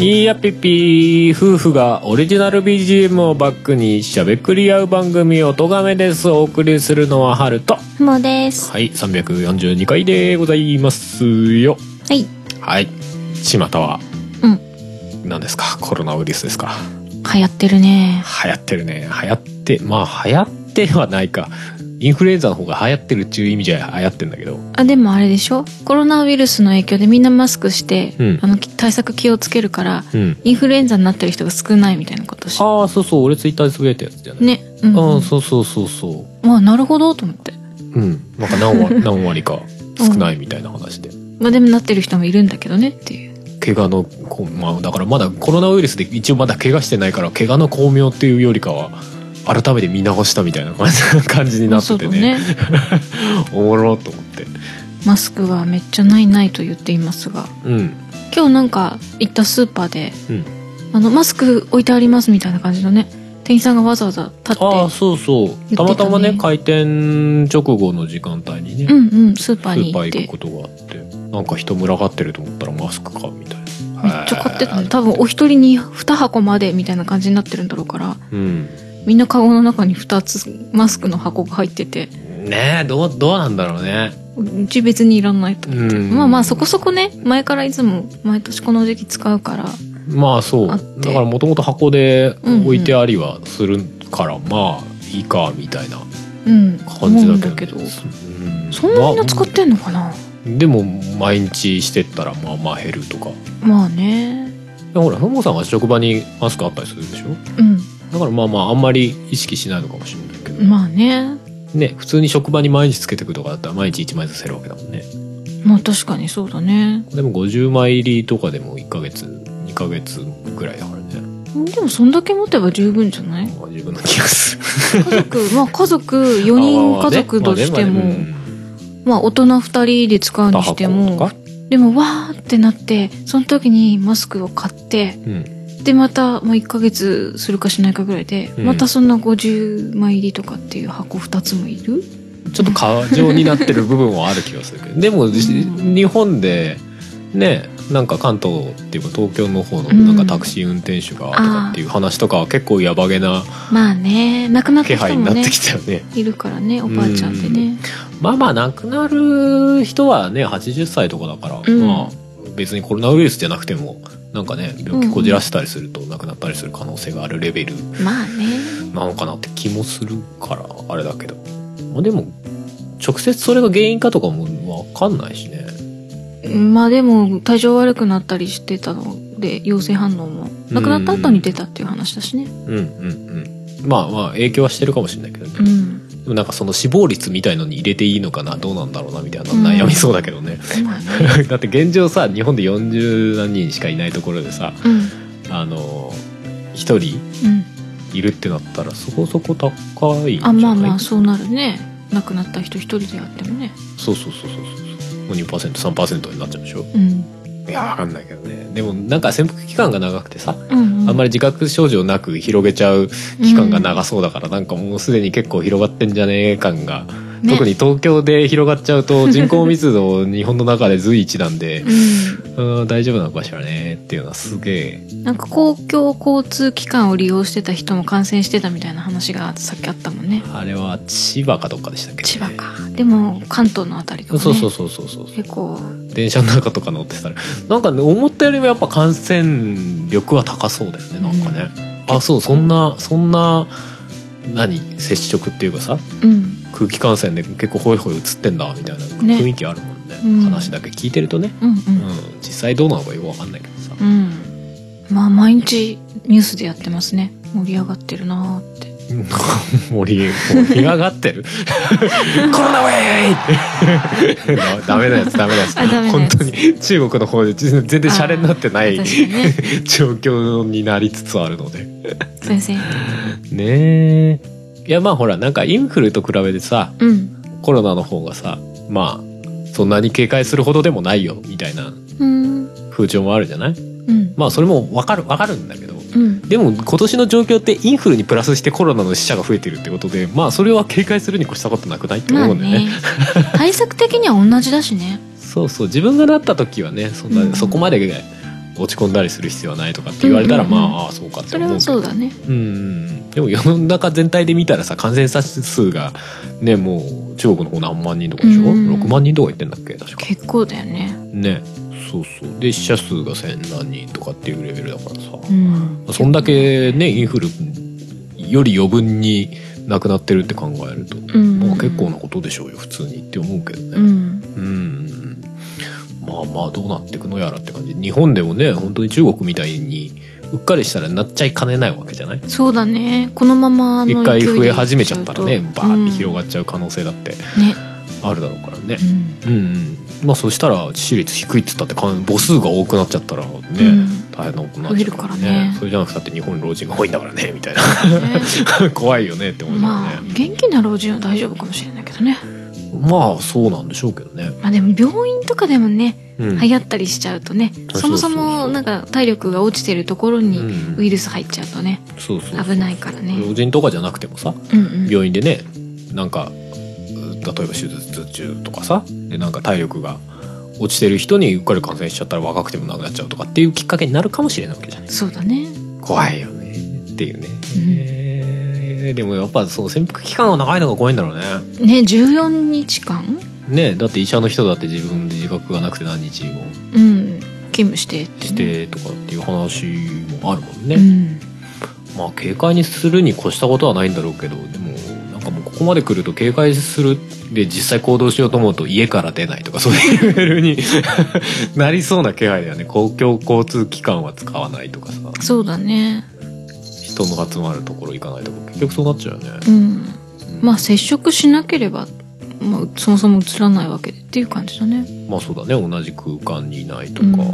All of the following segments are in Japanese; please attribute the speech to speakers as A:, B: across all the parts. A: いやピッピー夫婦がオリジナル BGM をバックにしゃべくり合う番組「おとがめ」ですお送りするのはハルト
B: ふもです。
A: はい342回でございますよ
B: はい。
A: はい巷は
B: うん。
A: 何ですかコロナウイルスですか
B: 流行ってるね。
A: 流行ってるね流行ってまあ流行ってはないかインフルエンザの方が流行ってるっていう意味じゃ流行ってんだけど
B: あ、でもあれでしょコロナウイルスの影響でみんなマスクして、
A: うん
B: あの、き対策気をつけるから、
A: うん
B: インフルエンザになってる人が少ないみたいなことし。
A: ああそうそう俺ツイッターでつぶやいたやつじゃない、
B: ね。うん。
A: ああそうそうそうそ
B: まあ、なるほど、と思って。
A: ううんなんか何割 何割か少ないみたいな話で、
B: まあ、でもなってる人もいるんだけどね、っていう。
A: 怪我のこうまあだからまだコロナウイルスで一応まだ怪我してないから怪我の巧妙っていうよりかは改めて見直したみたいな感じ 感じになっ
B: そ
A: て
B: う
A: て
B: だ
A: ね
B: ね。
A: おもろと思って
B: マスクはめっちゃないないと言っていますが、
A: うん
B: 今日なんか行ったスーパーで、
A: うん
B: あの、マスク置いてありますみたいな感じのね、店員さんがわざわざ立って、
A: ああそうそう、
B: て
A: た
B: たね
A: またまね開店直後の時間帯にね、
B: うんうん、スーパー
A: ス
B: に
A: ーパ
B: 行
A: ー
B: っ
A: 行
B: て
A: く。ことがあってなんか人群がってると思ったらマスクかみたいな
B: めっちゃ買ってたね多分お一人に2箱までみたいな感じになってるんだろうから
A: うん
B: みんなカゴの中に2つマスクの箱が入ってて
A: ねえどうどうなんだろうね
B: うち別にいらないと思って
A: うん
B: まあまあそこそこね前からいつも毎年この時期使うから
A: まあそうだ
B: あって
A: からもともと箱で
B: うんうん
A: 置いてありはするから、まあいいかみたいな
B: うん
A: 感じ
B: 思う
A: だ
B: ん
A: け
B: だ
A: ど,、
B: けど
A: うん
B: そんなみんな使ってんのかな
A: でも毎日してったらまあまあ減るとか
B: まあね
A: ほらふもさんは職場にマスクあったりするでしょ
B: うん
A: だからまあまああんまり意識しないのかもしれないけど、
B: まあね
A: ね普通に職場に毎日つけてくとかだったら毎日1枚ずつ減るわけだもんね
B: まあ確かにそうだね
A: でも50枚入りとかでも1ヶ月2ヶ月ぐらいだからね
B: でもそんだけ持てば十分じゃない
A: まあ自分の気がする
B: 家 族まあ家族4人家族としてもまあ大人2人で使うにしても
A: か
B: でもわーってなってその時にマスクを買って
A: うん
B: でまたもう1ヶ月するかしないかぐらいで、
A: うん
B: またそんな50枚入りとかっていう箱2つもいる
A: ちょっと過剰になってる部分はある気がするけどでも日本でねなんか関東っていうか東京の方のなんかタクシー運転手がとかっていう話とかは結構やばげな
B: まあね亡くなっ
A: 気
B: た人
A: 配に
B: も
A: なっ
B: ね
A: てきたよね
B: いるからねおばあちゃんでね
A: まあまあ亡くなる人はね80歳とかだから、
B: うん
A: まあ別にコロナウイルスじゃなくてもなんかね病気こじらせたりすると亡くなったりする可能性があるレベル
B: まあね
A: なのかなって気もするからあれだけど、まあ、でも直接それが原因かとかも分かんないしね
B: まあでも体調悪くなったりしてたので陽性反応も亡くなった後に出たっていう話だしね
A: うんうんうんまあまあ影響はしてるかもしれないけどね、
B: うん、
A: でもなんかその死亡率みたいのに入れていいのかなどうなんだろうなみたいな
B: うん
A: 悩みそうだけどね、
B: まあね
A: だって現状さ日本で40何人しかいないところでさ
B: うん
A: あの1人
B: うん
A: いるってなったらそこそこ高いんじゃない
B: あまあまあそうなるね亡くなった人一人であってもね
A: そうそうそうそうそうもう 2%3% になっちゃうでしょ
B: うん
A: いやわかんないけどねでもなんか潜伏期間が長くてさ、
B: うんうん、
A: あんまり自覚症状なく広げちゃう期間が長
B: さ、
A: そうだから、なんかもうすでに結構広がってんじゃねえ感が、
B: ね
A: 特に東京で広がっちゃうと人口密度日本の中で随一なんで、
B: う
A: うん、大丈夫なのかしらねっていうのはすげえ
B: ん、なんか公共交通機関を利用してた人も感染してたみたいな話がさっきあったもんね
A: あれは千葉かどっかでしたっけ、ね、
B: 千葉かでも関東のあたりとか、ね、
A: そうそうそうそうそう
B: 結構
A: 電車の中とか乗ってたらなんかね思ったよりもやっぱ感染力は高そうだよねなんかね、あそうそんなそんな何接触っていうかさ
B: うん
A: 空気感染で結構ホイホイ映ってんだみたいな
B: ね
A: 雰囲気あるもんね
B: うん
A: 話だけ聞いてるとね、
B: うん
A: うん実際どうなのかよくわかんないけどさ、
B: うんうんまあ毎日ニュースでやってますね盛り上がってるなーって
A: 盛り盛り上がってる コロナウェイ ダメなやつダメなやつ
B: あダメなやつ
A: 本当に中国の方で全然シャレになってない
B: あー 確かにね
A: 状況になりつつあるので
B: 先生
A: ねえいやまあほらなんかインフルと比べてさ
B: うん
A: コロナの方がさまあそんなに警戒するほどでもないよみたいな
B: うん
A: 風潮もあるじゃない
B: うん
A: まあそれもわかるわかるんだけど
B: うん
A: でも今年の状況ってインフルにプラスしてコロナの死者が増えてるってことでまあそれは警戒するに越したことなくないって
B: ま
A: 思
B: あ
A: うんだよね,、
B: ね 対策的には同じだしね
A: そうそう自分がなった時はねそんな、
B: うん
A: そこまで落ち込んだりする必要はないとかって言われたら、
B: うんうんうん
A: まあああそうかって
B: それ
A: 思う
B: は
A: けど
B: そうだね
A: うんうんでも世の中全体で見たらさ感染者数がねもう中国の方何万人とかでしょ、
B: うんうん
A: 6万人とか言ってんだっけ確か
B: 結構だよね
A: ねそうそうで死者数が1,000何人とかっていうレベルだからさ、
B: うん
A: そんだけねインフルより余分になくなってるって考えると、
B: うん
A: まあ結構なことでしょうよ普通にって思うけど
B: う
A: ね
B: ん
A: うんまあまあどうなってくのやらって感じ日本でもね本当に中国みたいにうっかりしたらなっちゃいかねないわけじゃない
B: そうだねこのままの
A: 一
B: 勢い
A: 回
B: で
A: 増え始めちゃったらねバーって広
B: が
A: がっちゃう可能性だって
B: るね
A: あるだろうからね
B: うん
A: うんうんまあそしたら致死率低いっつったってかん母数が多くなっちゃったらね、
B: うん
A: 大変なことになっちゃう
B: 増えるからね
A: それじゃなくたって日本老人が多いんだからねみたいな
B: ね
A: 怖いよねって 思いま
B: まあ
A: すね、
B: 元気な老人は大丈夫かもしれないけどね
A: まあ、そうなんでしょうけどね、
B: まあでも病院とかでもね
A: うん
B: 流行ったりしちゃうとね、
A: そう
B: そ
A: そう
B: も
A: そう
B: そもなんか体力が落ちてるところ
A: う
B: に
A: ん
B: ウイルス入っちゃうとね
A: そうそう
B: 危ないからね
A: 老人とかじゃなくてもさ
B: うんうん
A: 病院でねなんか例えば手術中とかさでなんか体力が落ちてる人にうっかり感染しちゃったら若くても亡くなっちゃうとかっていうきっかけになるかもしれないわけじゃない
B: そうだね
A: 怖いよねっていうね、えーでもやっぱその潜伏期間が長いのが怖いんだろうね
B: ね14日間
A: ねだって医者の人だって自分で自覚がなくて何日も
B: うん勤務してってね
A: してとかっていう話もあるもんね、
B: うん
A: まあ警戒にするに越したことはないんだろうけどでもなんかもうここまで来ると警戒するで実際行動しようと思うと家から出ないとかそういうレベルに なりそうな気配だよね公共交通機関は使わないとかさ
B: そうだね
A: 人の集まるところ行かないとか結局そうなっちゃうよね、
B: うんまあ接触しなければ、まあ、そもそも移らないわけでっていう感じだね
A: まあそうだね同じ空間にいないとか、
B: うん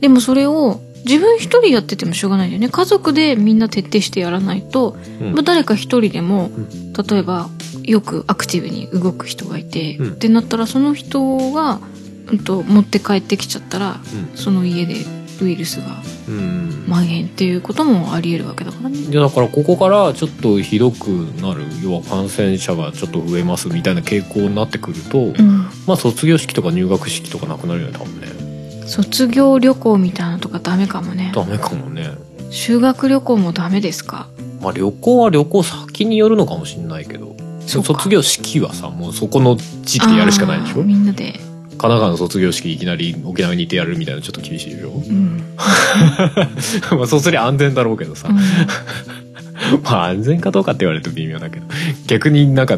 B: でもそれを自分一人やっててもしょうがないんだよね家族でみんな徹底してやらないと
A: うん
B: まあ、誰か一人でも、
A: う
B: 例えばよくアクティブに動く人がいて、
A: うん
B: ってなったらその人が、うん、と持って帰ってきちゃったらその家でウイルスが
A: うんうん
B: 蔓延っていうこともありえるわけだからね。
A: でだからここからちょっとひどくなる要は感染者がちょっと増えますみたいな傾向になってくると、
B: うん、
A: まあ卒業式とか入学式とかなくなるよね多分ね
B: 卒業旅行みたいなのとかダメかもね
A: ダメかもね
B: 修学旅行もダメですか
A: まあ旅行は旅行先によるのかもしれないけど
B: そうか
A: 卒業式はさもうそこの地域でやるしかないでしょ
B: あー
A: 神
B: みんなで、
A: 奈川の卒業式いきなり沖縄に行ってやるみたいなのちょっと厳しいでし ょ
B: うん
A: まあそうすりゃ安全だろうけどさ、
B: うん
A: まあ安全かどうかって言われると微妙だけど逆になんか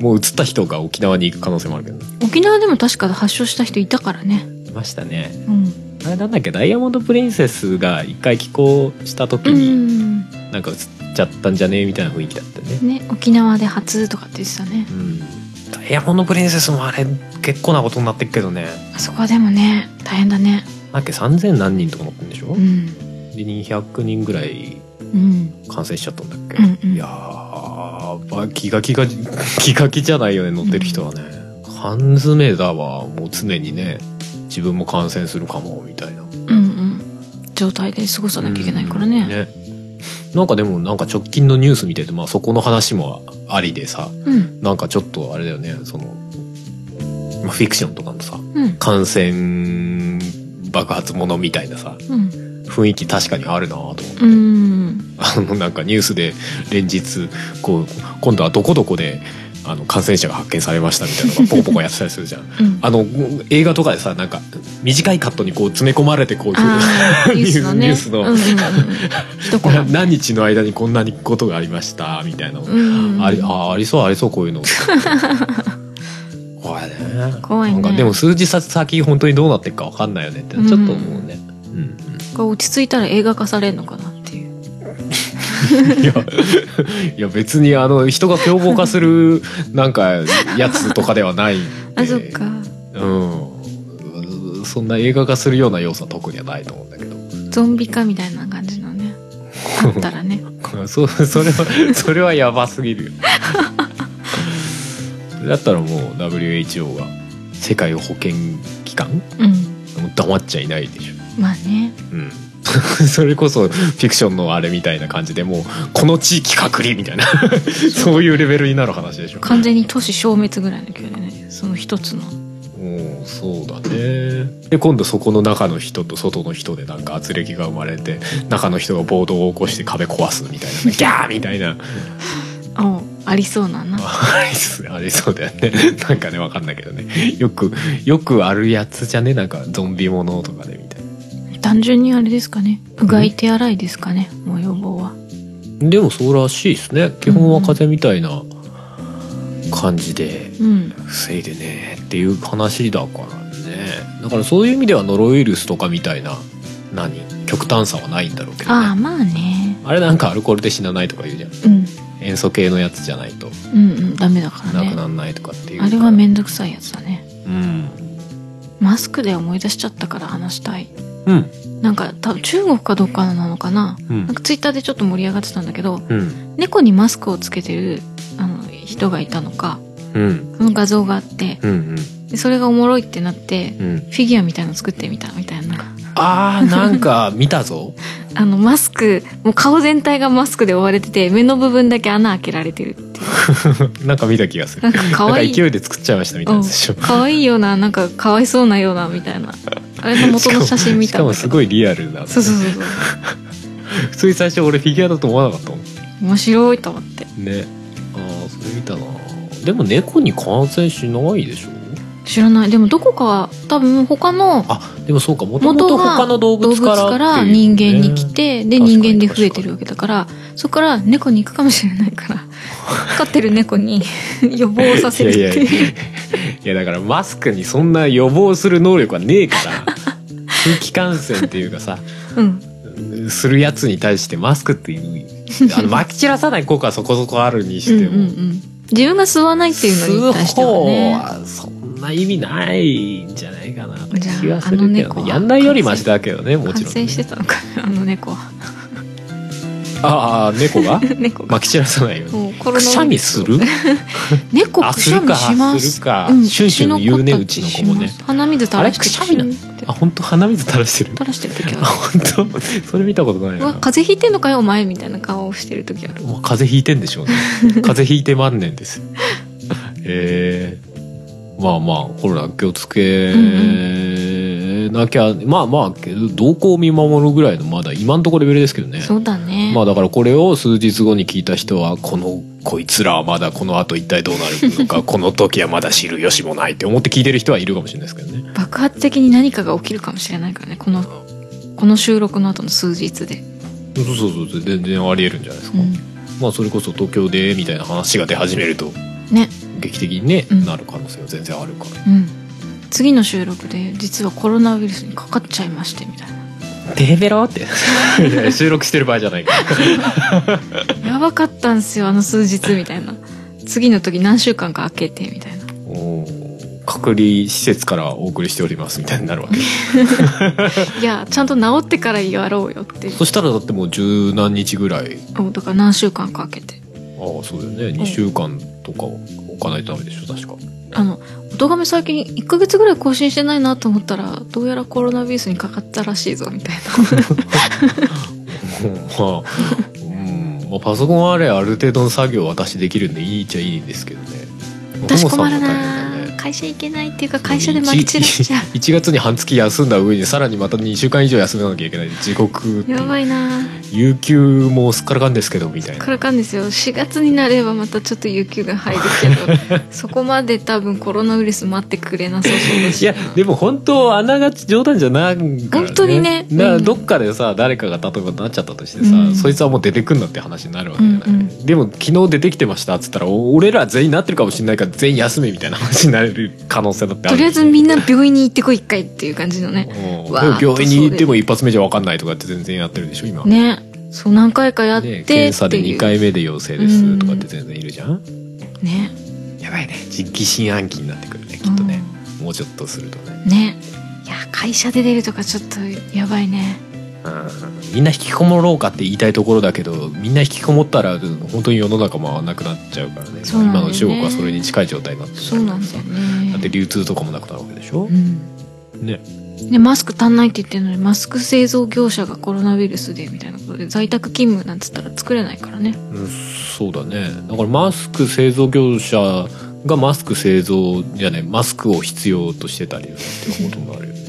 A: もう移った人が沖縄に行く可能性もあるけどね
B: 沖縄でも確か発症した人いたからね、
A: いましたね
B: うん
A: あれなんだっけダイヤモンド・プリンセスが一回寄港した時
B: う
A: に
B: ん、
A: なんか移っちゃったんじゃねえみたいな雰囲気だったね
B: ね沖縄で初とかって言ってたね
A: うんダイヤモンド・プリンセスもあれ結構なことになってっけどね
B: あそこはでもね大変だね
A: なんだっけ3000何人とか乗ってんでしょ、
B: う
A: で
B: ん
A: 200人ぐらい
B: うん
A: 感染しちゃったんだっけ、
B: うんうん
A: いやーば気が気 が気が気じゃないよね乗ってる人はね、缶詰だわもう常にね自分も感染するかもみたいな
B: うんうん状態で過ごさなきゃいけないから
A: うん
B: ね
A: ねなんかでもなんか直近のニュース見てて、まあ、そこの話もありでさ
B: うん
A: なんかちょっとあれだよねその、まあ、フィクションとかのさ
B: うん
A: 感染爆発ものみたいなさ
B: うん
A: 雰囲気確かにあるなと思って
B: うん
A: あのなんかニュースで連日こう今度はどこどこであの感染者が発見されましたみたいなのがポコポコやってたりするじゃん
B: うん
A: あの映画とかでさなんか短いカットにこう詰め込まれてこう
B: あーニュースのね
A: ニュースの
B: うんうんうん一コマ
A: 何日の間にこんなことがありましたみたいなの、
B: うん
A: ありあありそうありそうこういう の怖いね
B: 怖い
A: なんか
B: ね
A: でも数字さ先本当にどうなっていくか分かんないよねってちょっと思うね、うんうん
B: これ落ち着いたら映画化されるのかなっていう
A: いやいや別にあの人が凶暴化す るなんかやつとかではないんで
B: あそっか
A: うんそんな映画化するような要素は特にはないと思うんだけど
B: ゾンビ化みたいな感じの ねあったらね
A: そそれ はそれはやばすぎるよだったらもう WHO が世界保健機関
B: うん
A: もう黙っちゃいないでしょ、
B: まあね
A: うん、 それこそフィクションのあれみたいな感じでもうこの地域隔離みたいなそういうレベルになる話でしょ
B: 完全に都市消滅ぐらいの距離ねその一つの
A: うんそうだねで今度そこの中の人と外の人でなんか圧力が生まれて中の人が暴動を起こして壁壊すみたい なギャーみたいな
B: あありそうなな
A: ありそうありそうだよね なんかねわかんないけどねよくよくあるやつじゃねなんかゾンビものとかでみたい
B: 単純にあれですかねうがい手洗いですかねもう予防は
A: なでもそうらしいですね基本は風邪みたいな感じで
B: うん
A: 防いでねっていう話だからねだからそういう意味ではノロウイルスとかみたいな何極端さはないんだろうけど
B: ああ
A: ね
B: まあね
A: あれなんかアルコールで死なないとか言うじゃん
B: うん
A: 塩素系のやつじゃないと
B: うんうんダメだから
A: な
B: ね
A: くなんないとかっていう
B: あれはめんどくさいやつだね
A: うん
B: マスクで思い出しちゃったから話したい
A: うん
B: なんか多分中国かどっかなのかな
A: う
B: なん
A: ん
B: かツイッターでちょっと盛り上がってたんだけど
A: うん
B: 猫にマスクをつけてるあの人がいたのか
A: うん
B: その画像があって
A: うんうん
B: でそれがおもろいってなって
A: うん
B: フィギュアみたいの作ってみたみたいな
A: あーなんか見たぞ
B: あのマスクもう顔全体がマスクで覆われてて目の部分だけ穴開けられてるってい う
A: なんか見た気がする
B: なんか可愛
A: なん
B: い
A: か勢いで作っちゃいましたみたいなやつでしょ、
B: 可愛いようななんかかわいそうなようなみたい なあれの元の写真見
A: したか
B: ん
A: も
B: だ
A: しかもす
B: けど
A: ごいリアルな
B: そうそうそうそう
A: 普通に最初俺フィギュアだと思わなかったもん
B: 面白いと思って
A: ねああそれ見たなでも猫に感染しないでしょ
B: 知らないでもどこかは多分他の
A: あでもそうかもともと
B: 元
A: 他
B: が
A: の
B: 動
A: 動物
B: 物か
A: かららっていう
B: 人
A: ね
B: 間に来て
A: 確
B: で
A: かに
B: 人間で増えてるわけだからそこから猫に行くかもしれないから 飼ってる猫に 予防させるっていう
A: いやいいやだからマスクにそんな予防する能力はねえから 空気感染っていうかさ
B: うん
A: するやつに対してマスクっていうあ の撒き散らさない効果はそこそこあるにしても、
B: うんうんうん自分が吸わないっていうのに対してはね
A: 吸う方はそんな意味ないんじゃないかなって気がす
B: じゃああ
A: る
B: の
A: け
B: 猫
A: ど、
B: は
A: ね、やんないよりマシだけどねも
B: 感
A: ちろん、
B: 染してたのかなあ の猫は
A: ああ猫が
B: 猫が
A: まき散らさないように
B: もうコロナウイル
A: く
B: ス
A: しゃみする
B: 猫
A: あ
B: くしゃみ
A: か
B: します
A: るか、
B: うん
A: シュンシュン言うねうちの子も
B: う
A: ね
B: ちの子たちします鼻水垂らして
A: あれくしゃみなの
B: シュンって
A: あ本当鼻水垂らしてる
B: 垂らしてる時
A: あ
B: は
A: 本当それ見たことないう
B: わ
A: な
B: 風邪ひいてんのかよお前みたいな顔をしてる時ある
A: もう風邪ひいてんでしょうね風邪ひいてまんねんですえー、まあまあコロナ気をつけなきゃ、まあまあけど動向を見守るぐらいのまだ今んとこレベルですけどね
B: そうだね
A: まあだからこれを数日後に聞いた人はこのこいつらはまだこの後一体どうなるの かこの時はまだ知る由もないって思って聞いてる人はいるかもしれないですけどね
B: 爆発的に何かが起きるかもしれないからねこのこの収録の後の数日で、
A: そうそうそうそう全然ありえるんじゃないですか、
B: うん、
A: まあそれこそ東京でみたいな話が出始めると
B: ね
A: 劇的にね、
B: うん
A: なる可能性は全然あるから
B: うん次の収録で実はコロナウイルスにかかっちゃいましてみたいな
A: デベロって 収録してる場合じゃない から
B: やばかったんすよあの数日みたいな次の時何週間か空けてみたいな
A: おー隔離施設からお送りしておりますみたいになるわけ
B: いやちゃんと治ってからやろうよって
A: そしたらだってもう十何日ぐらい
B: おだから何週間か空けて
A: ああそうだよね2週間とか置かないとダメでしょ確か
B: あの音亀最近1ヶ月ぐらい更新してないなと思ったらどうやらコロナウイルスにかかったらしいぞみたい な
A: まあ、うんまあ、パソコンあれある程度の作業は私できるんでいいっちゃいいんですけどね
B: 私困る
A: ももさんも大変だ
B: な
A: ね
B: 会社行けないっていうか会社でまき散ら しちゃう
A: 1月に半月休んだ上にさらにまた2週間以上休まなきゃいけない地獄っていう
B: やばいな
A: 有給もすっからかんですけどみたいな
B: これかんですよ4月になればまたちょっと有給が入るけ どそこまで多分コロナウイルス待ってくれなさそうだし
A: いやでも本当あながち冗談じゃないから、
B: 本当にね
A: な
B: うん
A: どっかでさ誰かが例えばなっちゃったとしてさ、
B: うん
A: そいつはもう出てくんなって話になるわけじゃない、
B: うんう
A: でも昨日出てきてましたっつったらお俺ら全員なってるかもしれないから全員休めみたいな話になる可能性だってあ
B: と
A: る
B: りあえずみん な病院に行ってこい一回っていう感じのね
A: うんでも
B: わーっと
A: 病院に行っても一発目じゃ分かんないとかって全然やってるでしょ今、
B: ねそう何回かやって
A: ね、
B: ってい
A: 検
B: う
A: 査で2回目で陽性ですとかって全然いるじゃん、
B: ね
A: やばいね疑心暗鬼になってくるねきっとね、もうちょっとするとね
B: うんねいや会社で出るとかちょっとやばいね
A: うんみんな引きこもろうかって言いたいところだけどみんな引きこもったら本当に世の中回らなくなっちゃうからね
B: そうなんだ
A: 今
B: よね
A: の中国はそれに近い状態になってる
B: そうなんだよね
A: だって流通とかもなくなるわけでしょ
B: う、ん
A: ね
B: でマスク足んないって言ってるのにマスク製造業者がコロナウイルスでみたいなことで在宅勤務なんつったら作れないからね
A: うんそうだねだからマスク製造業者がマスク製造じゃないマスクを必要としてたりっていうことになるよね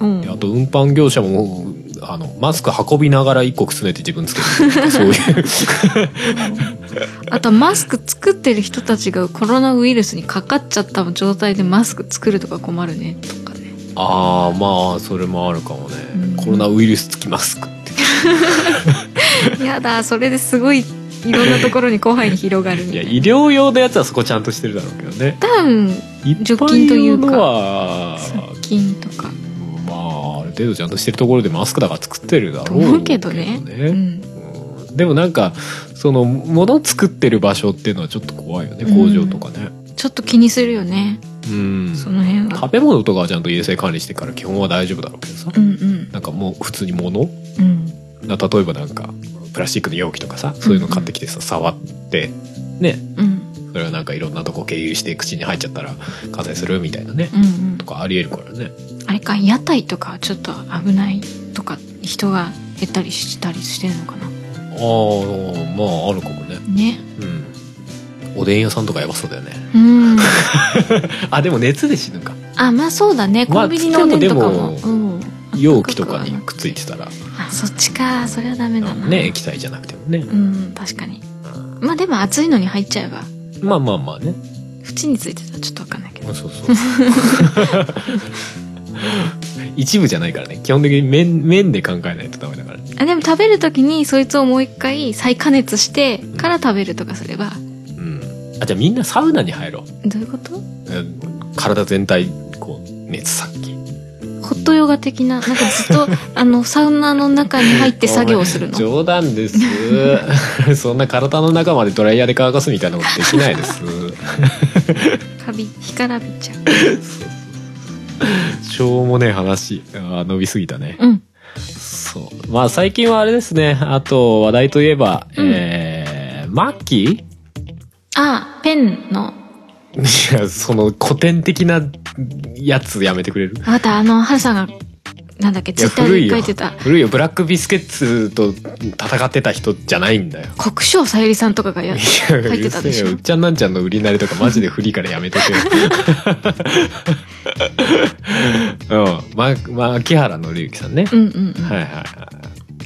B: うん
A: であと運搬業者もあのマスク運びながら一個くすねて自分つけてるとかそういう
B: あとはマスク作ってる人たちがコロナウイルスにかかっちゃった状態でマスク作るとか困るねとかね
A: ああまあそれもあるかもね、
B: うん
A: コロナウイルスつきマスクって
B: やだそれですごいいろんなところに広範囲に広がるみ
A: い
B: た
A: や
B: いな
A: 医療用のやつはそこちゃんとしてるだろうけどね
B: 多分
A: 一
B: 除
A: 般
B: 菌とい
A: 用
B: うか
A: のは
B: 殺菌とか
A: まあある程度ちゃんとしてるところでマスクだから作ってるだろう
B: と思うけどね
A: けど
B: う
A: ね
B: ん、
A: うんでもなんかその物作ってる場所っていうのはちょっと怖いよね工場とかね
B: ちょっと気にするよね
A: うん
B: その辺は
A: 食べ物とかはちゃんと衛生管理してから基本は大丈夫だろうけどさ
B: うんうん
A: なんかもう普通に物
B: うん
A: な例えばなんかプラスチックの容器とかさそういうの買ってきてさ触ってね
B: うん
A: それはなんかいろんなとこ経由して口に入っちゃったら感染するみたいなね
B: うんうん
A: とかありえるからね
B: あれか屋台とかちょっと危ないとか人が減ったりしたりしてるのかな
A: ああまああるかもね
B: ね
A: うんおでん屋さんとかやばそうだよね
B: うん
A: あでも熱で死ぬか
B: あまあそうだね
A: ま
B: コ
A: あ
B: ンビニのおでんとかも,、
A: つっても
B: うん
A: 容器とかにくっついてたら
B: あそっちかそれはダメだな
A: ね液体じゃなくてもね
B: うん確かにまあでも熱いのに入っちゃえば
A: まあまあまあね
B: 縁についてたらちょっとわかんないけど
A: そうそう 一部じゃないからね基本的に麺麺で考えないとダメだからね
B: あでも食べる時にそいつをもう一回再加熱してから食べるとかすれば
A: うんあじゃあみんなサウナに入ろう
B: どういうこと
A: うん体全体こう熱殺菌
B: ホットヨガ的ななんかずっ とあのサウナの中に入って作業するの
A: 冗談です そんな体の中までドライヤーで乾かすみたいなことできないです
B: カビ干からびちゃう
A: しょうもねえ話あー伸びすぎたね
B: うん
A: そうまあ最近はあれですねあと話題といえば、
B: うん
A: えーマッ キー
B: あペンの
A: いや、その古典的なやつやめてくれる
B: あなたあのハルさんがなんだっけ
A: い
B: ツイ
A: や、
B: ッター
A: 古い
B: で
A: よ
B: 書いてた。
A: 古いよ。ブラックビスケッツと戦ってた人じゃないんだよ。
B: 国生さゆりさんとかがや
A: い
B: 書
A: や、う
B: いて
A: る
B: た
A: せ
B: で
A: え
B: し
A: よ。
B: ょ
A: うっちゃんなんちゃんの売りなりとかマジで古いからやめとけよ。うん。ま、ま、秋原のりゆきさんね。
B: うんうんうん、
A: はいはいは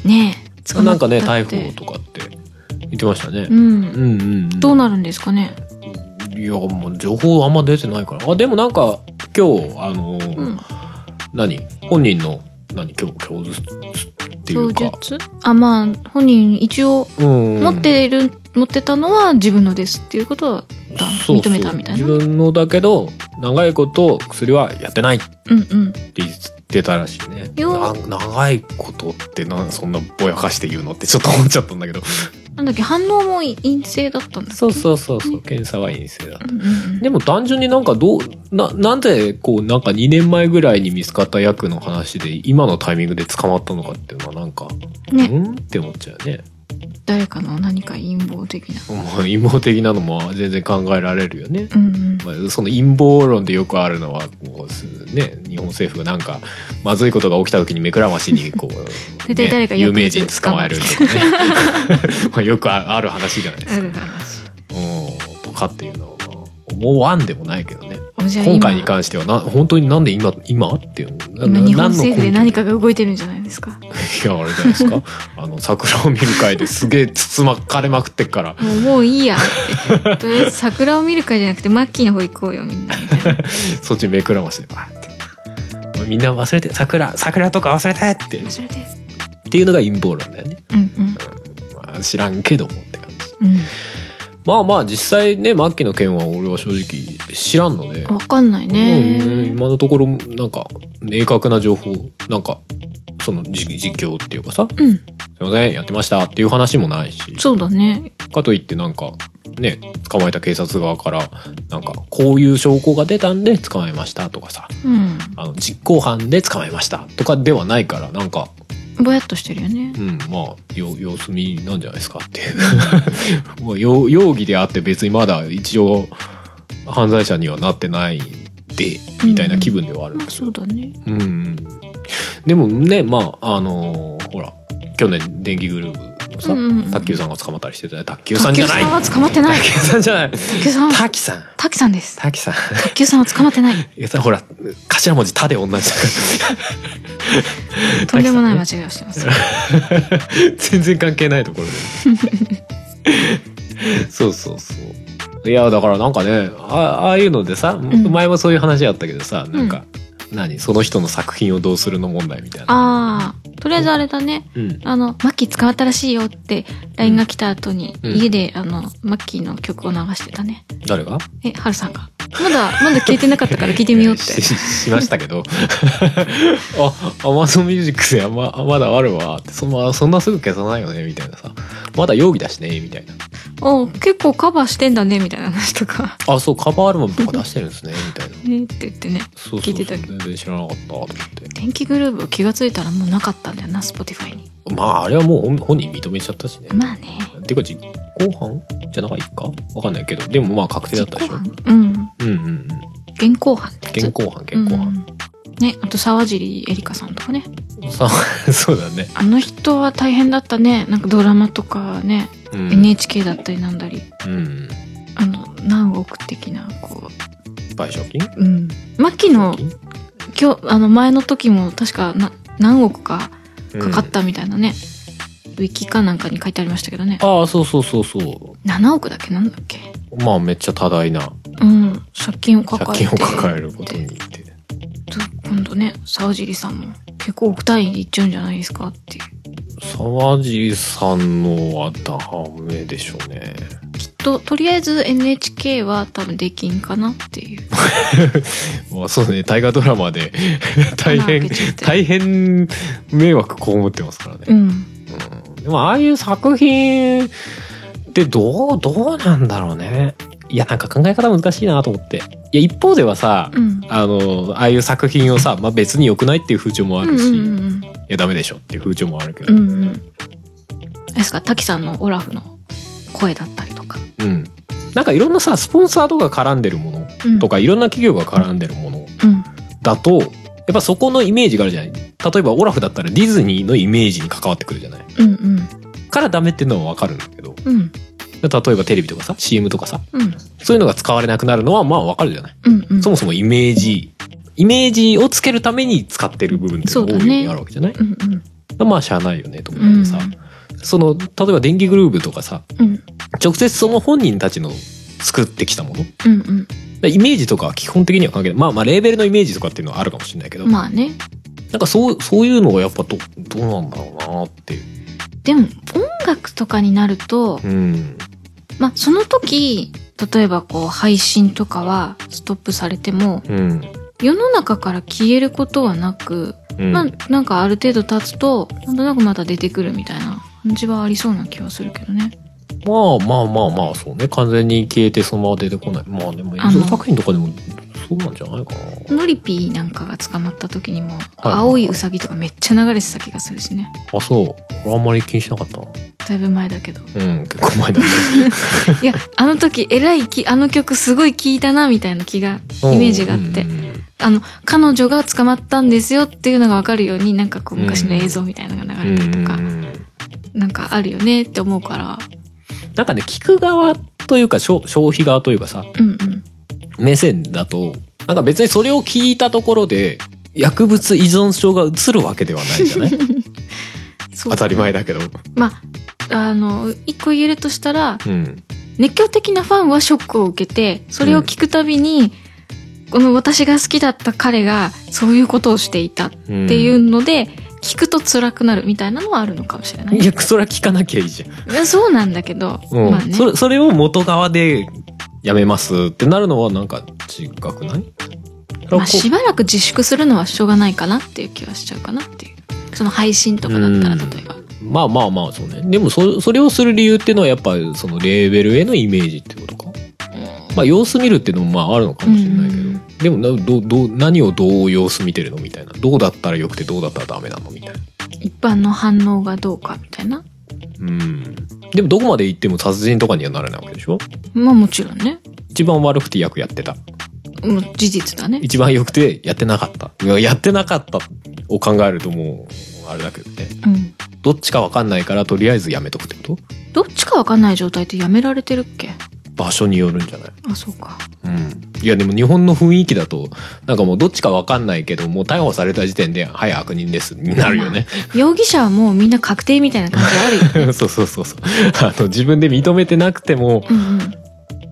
A: い
B: ねえ。
A: なんかね、
B: 捕ま
A: 逮
B: ったって
A: 捕とかって言ってましたねう
B: う。
A: ん
B: ん
A: うんうん。
B: どうなるんですかね
A: いや、もう情報あんま出てないから。あ、でもなんか、今日、あのー
B: うん
A: 何本人の、何今日、供述っていう
B: 供
A: か。
B: 述あまあ本人一応
A: うん。
B: 持っている、持ってたのは自分のですっていうことは
A: そう
B: 認めたみたいな
A: そう自分のだけど、長いこと薬はやってないって
B: うんうん
A: 言ってたらしいね。
B: よ
A: な長いことってな、そんなぼやかして言うのってちょっと思っちゃったんだけど。
B: なんだっけ反応も陰性だったんだっけ
A: そうそうそうそう、 検査は陰性だった。
B: うんうん
A: でも単純になんかどう、な、なんでこうなんか2年前ぐらいに見つかった役の話で今のタイミングで捕まったのかっていうのはなんか、
B: うんね
A: うんって思っちゃうよね。
B: 誰かの何か陰謀的な
A: もう陰謀的なのも全然考えられるよね。
B: うんうん
A: まあ、その陰謀論でよくあるのは、こうすね、日本政府がなんか、まずいことが起きた時に目くらましに、こう、
B: 大体誰か
A: ね
B: や
A: 有
B: ってる
A: 名人捕まえるとかね。 まあよくあある話じゃないです
B: あ
A: か。
B: る話
A: うん、とかっていうのは、思わんでもないけどね。
B: おじゃあ
A: 今
B: 今
A: 回に関してはな本当になんで今今っていうの
B: 今
A: な
B: 日本政府で
A: 何の
B: 何かが動いてるんじゃないですか
A: 根拠いやあれじゃないですか あの桜を見る会ですげえ包まかれまくってっから
B: もうもう いいやって。とりあえず桜を見る会じゃなくてマッキーの方行こうよみんなみたいな。
A: そっち目くらましてバーってもうみんな忘れて桜桜とか忘れてってっ
B: それで。
A: ていうのが陰謀論だよね、
B: うん
A: まあ、知らんけどもって感じ
B: うん。
A: まあまあ実際ね末期の件は俺は正直知らんので
B: うん。わかんない
A: うん
B: ね。
A: 今のところなんか明確な情報なんかそのじ実況っていうかさ「
B: うん
A: すいませんやってました」っていう話もないし
B: そうだね
A: かといってなんかね捕まえた警察側からなんかこういう証拠が出たんで捕まえましたとかさ
B: うん
A: あの実行犯で捕まえましたとかではないからなんか
B: ぼやっとしてるよね
A: うんまあよ様子見なんじゃないですかって いうまあよ容疑であって別にまだ一応犯罪者にはなってないでみたいな気分ではあるん
B: まあ
A: ですよ
B: そうだね
A: うんうん、でもねまああのーほら去年電気グループのさ、
B: うんうんうん
A: 卓球さんが捕まったりしてたね卓球さんじゃない
B: 卓球さんは捕まってない
A: 卓球さんじゃない
B: 卓球さん は
A: 滝さん
B: 滝さんです
A: 滝さん
B: 卓球さんは捕まってない
A: いやさほら頭文字「た」で同じだか
B: とんでもない間違いをして ます
A: ら 全然関係ないところ でそうそうそういやだからなんかねあああいうのでさ、
B: ん
A: 前もそういう話あったけどさなんか、何その人の作品をどうするの問題みたいな
B: ああとりあえずあれだね
A: うん
B: あのマッキー捕まったらしいよって LINE が来た後に、
A: うん
B: 家であのマッキーの曲を流してたね
A: 誰が
B: えハルさんがまだまだ聞いてなかった から聞いてみようって
A: ししましたけど あアマゾンミュージックであまあまだあるわってそ,、まあ、そんなすぐ消さないよねみたいなさまだ容疑だしねみたいな
B: お結構カバーしてんだねみたいな話とか
A: あそうカバーアルバムとか出してるんですねみたいな
B: えーって言ってね
A: そうそうそう
B: 聞いてたけ
A: 全然知らなかったと思って
B: 電気グルーブ気がついたらもうなかったんだよな Spotify に
A: まああれはもう本本人認めちゃったしね、
B: まあね
A: てか実行犯じゃないかわかんないけどでもまあ確定だ
B: 実
A: ったでし
B: 行
A: ょ
B: 犯うん
A: うんうんうん
B: 現行犯ってやつ
A: 現行犯現行犯、
B: うんねあと沢尻エリカさんとかね
A: さそう だね、
B: あの人は大変だったねなんかドラマとかね、
A: うん
B: NHK だったりなんだり
A: うん、
B: あの何億的なこ
A: 賠償金
B: ううん末期の今日あの前の時も確かな何億かかかっ、たみたいなね、ウィキかなんかに書いてありましたけどね
A: うんああそうそうそうそ
B: 7億だっけなんだっけ
A: うまあめっちゃ多大な
B: うん借金を抱
A: 借
B: えて
A: 金を抱えることにって
B: で今度ね沢尻さんも結構億単位でいっちゃうんじゃないですかっていう
A: 沢尻さんのはダメでしょうね
B: きっととりあえず NHK は多分できんかなっていう
A: まあそうね大河ドラマで大
B: 穴開
A: 変
B: けちゃって
A: 大変迷惑被ってますからね、
B: うん
A: うんでもああいう作品ってどうどうなんだろうねいやなんか考え方難しいなと思っていや一方ではさ、
B: うん
A: あのああいう作品をさ、まあ、別に良くないっていう風潮もあ
B: うんう
A: る
B: ん
A: し、
B: う
A: い
B: ん
A: やダメでしょっていう風潮もあるけ
B: う
A: ど、
B: んうんあれですか滝さんのオラフの声だったりとか、
A: うん、なんかいろんなさスポンサーとか絡んでるもの
B: うん、
A: とかいろんな企業が絡んでるもの
B: うん
A: だとやっぱそこのイメージがあるじゃない例えばオラフだったらディズニーのイメージに関わってくるじゃない
B: うんうん
A: からダメっていうのはわかるんだけど
B: うん
A: 例えばテレビとかさ CM とかさ
B: うん
A: そういうのが使われなくなるのはまあわかるじゃない
B: うんうん
A: そもそもイメージイメージをつけるために使ってる部分っていうのが
B: そ
A: 多
B: うだ
A: い
B: ね
A: ようにあるわけじゃない、
B: うんうん
A: まあしゃあないよねと思
B: う
A: うんけどさ、その例えば電気グルーヴとかさ
B: うん
A: 直接その本人たちの作ってきたもの
B: うん
A: でイメージとかは基本的には関係ないまあまあレーベルのイメージとかっていうのはあるかもしれないけど、
B: うんまあね
A: なんかそうそういうのがやっぱどどうなんだろうなっていう。
B: でも音楽とかになると、
A: うん
B: まあその時例えばこう配信とかはストップされても
A: うん
B: 世の中から消えることはなく、
A: うん
B: まあなんかある程度経つとなんとなくまた出てくるみたいな感じはありそうな気はするけどね
A: まあまあまあまあそうね完全に消えてそのまま出てこないまあでも映
B: あの
A: 像作品とかでもそうなんじゃないかな
B: ノリピーなんかが捕まった時にも「
A: はい
B: 青いウサギ」とかめっちゃ流れてた気がするしね
A: あそう俺あんまり気にしなかったな
B: だいぶ前だけど
A: うん結構 前だね
B: いやあの時えらいきあの曲すごい聴いたなみたいな気がイメージがあって
A: うんうん
B: あの彼女が捕まったんですよっていうのが分かるようになんかこう昔の映像みたいなのが流れたりとか、
A: うんうんうん
B: なんかあるよねって思うから
A: なんかね聞く側というか消消費側というかさ
B: うんうん
A: 目線だとなんか別にそれを聞いたところで薬物依存症が移るわけではないじゃない
B: そう
A: 当たり前だけど
B: まああの一個言えるとしたら
A: うん
B: 熱狂的なファンはショックを受けてそれを聞くたびに、この私が好きだった彼がそういうことをしていたっ
A: って
B: ていうので、聞くと辛くなるみたいなのはあるのかもしれない
A: いやそれは聞かなきゃいいじゃん、
B: いやそうなんだけど、
A: うん
B: まあね
A: それそれを元側でやめますってなるのはなんか違くない、
B: まあ、しばらく自粛するのはしょうがないかなっていう気はしちゃうかなっていう。その配信とかだったら例えば。
A: まあまあまあそうねでもそそれをする理由っていうのはやっぱそのレーベルへのイメージってことかまあ様子見るっていうのもまああるのかもしれないけど、
B: うん
A: でもなどどう何をどう様子見てるのみたいなどうだったらよくてどうだったらダメなのみたいな
B: 一般の反応がどうかみたいな。
A: うんでもどこまで行っても殺人とかにはならないわけでしょ
B: まあもちろんね。
A: 一番悪くて役やってた
B: もう事実だね。
A: 一番良くてやってなかったいややってなかったを考えるともうあれだけどね
B: うん。
A: どっちかわかんないからとりあえずやめとくってこと
B: どっちかわかんない状態ってやめられてるっけ
A: 場所によるんじゃない
B: あ、そうか。
A: うん、いやでも日本の雰囲気だとなんかもうどっちかわかんないけどもう逮捕された時点で「はい悪人です」になるよね。
B: 容疑者はもうみんな確定みたいな感じあるよ。
A: そうそうそうそうあの自分で認めてなくても
B: うんうん。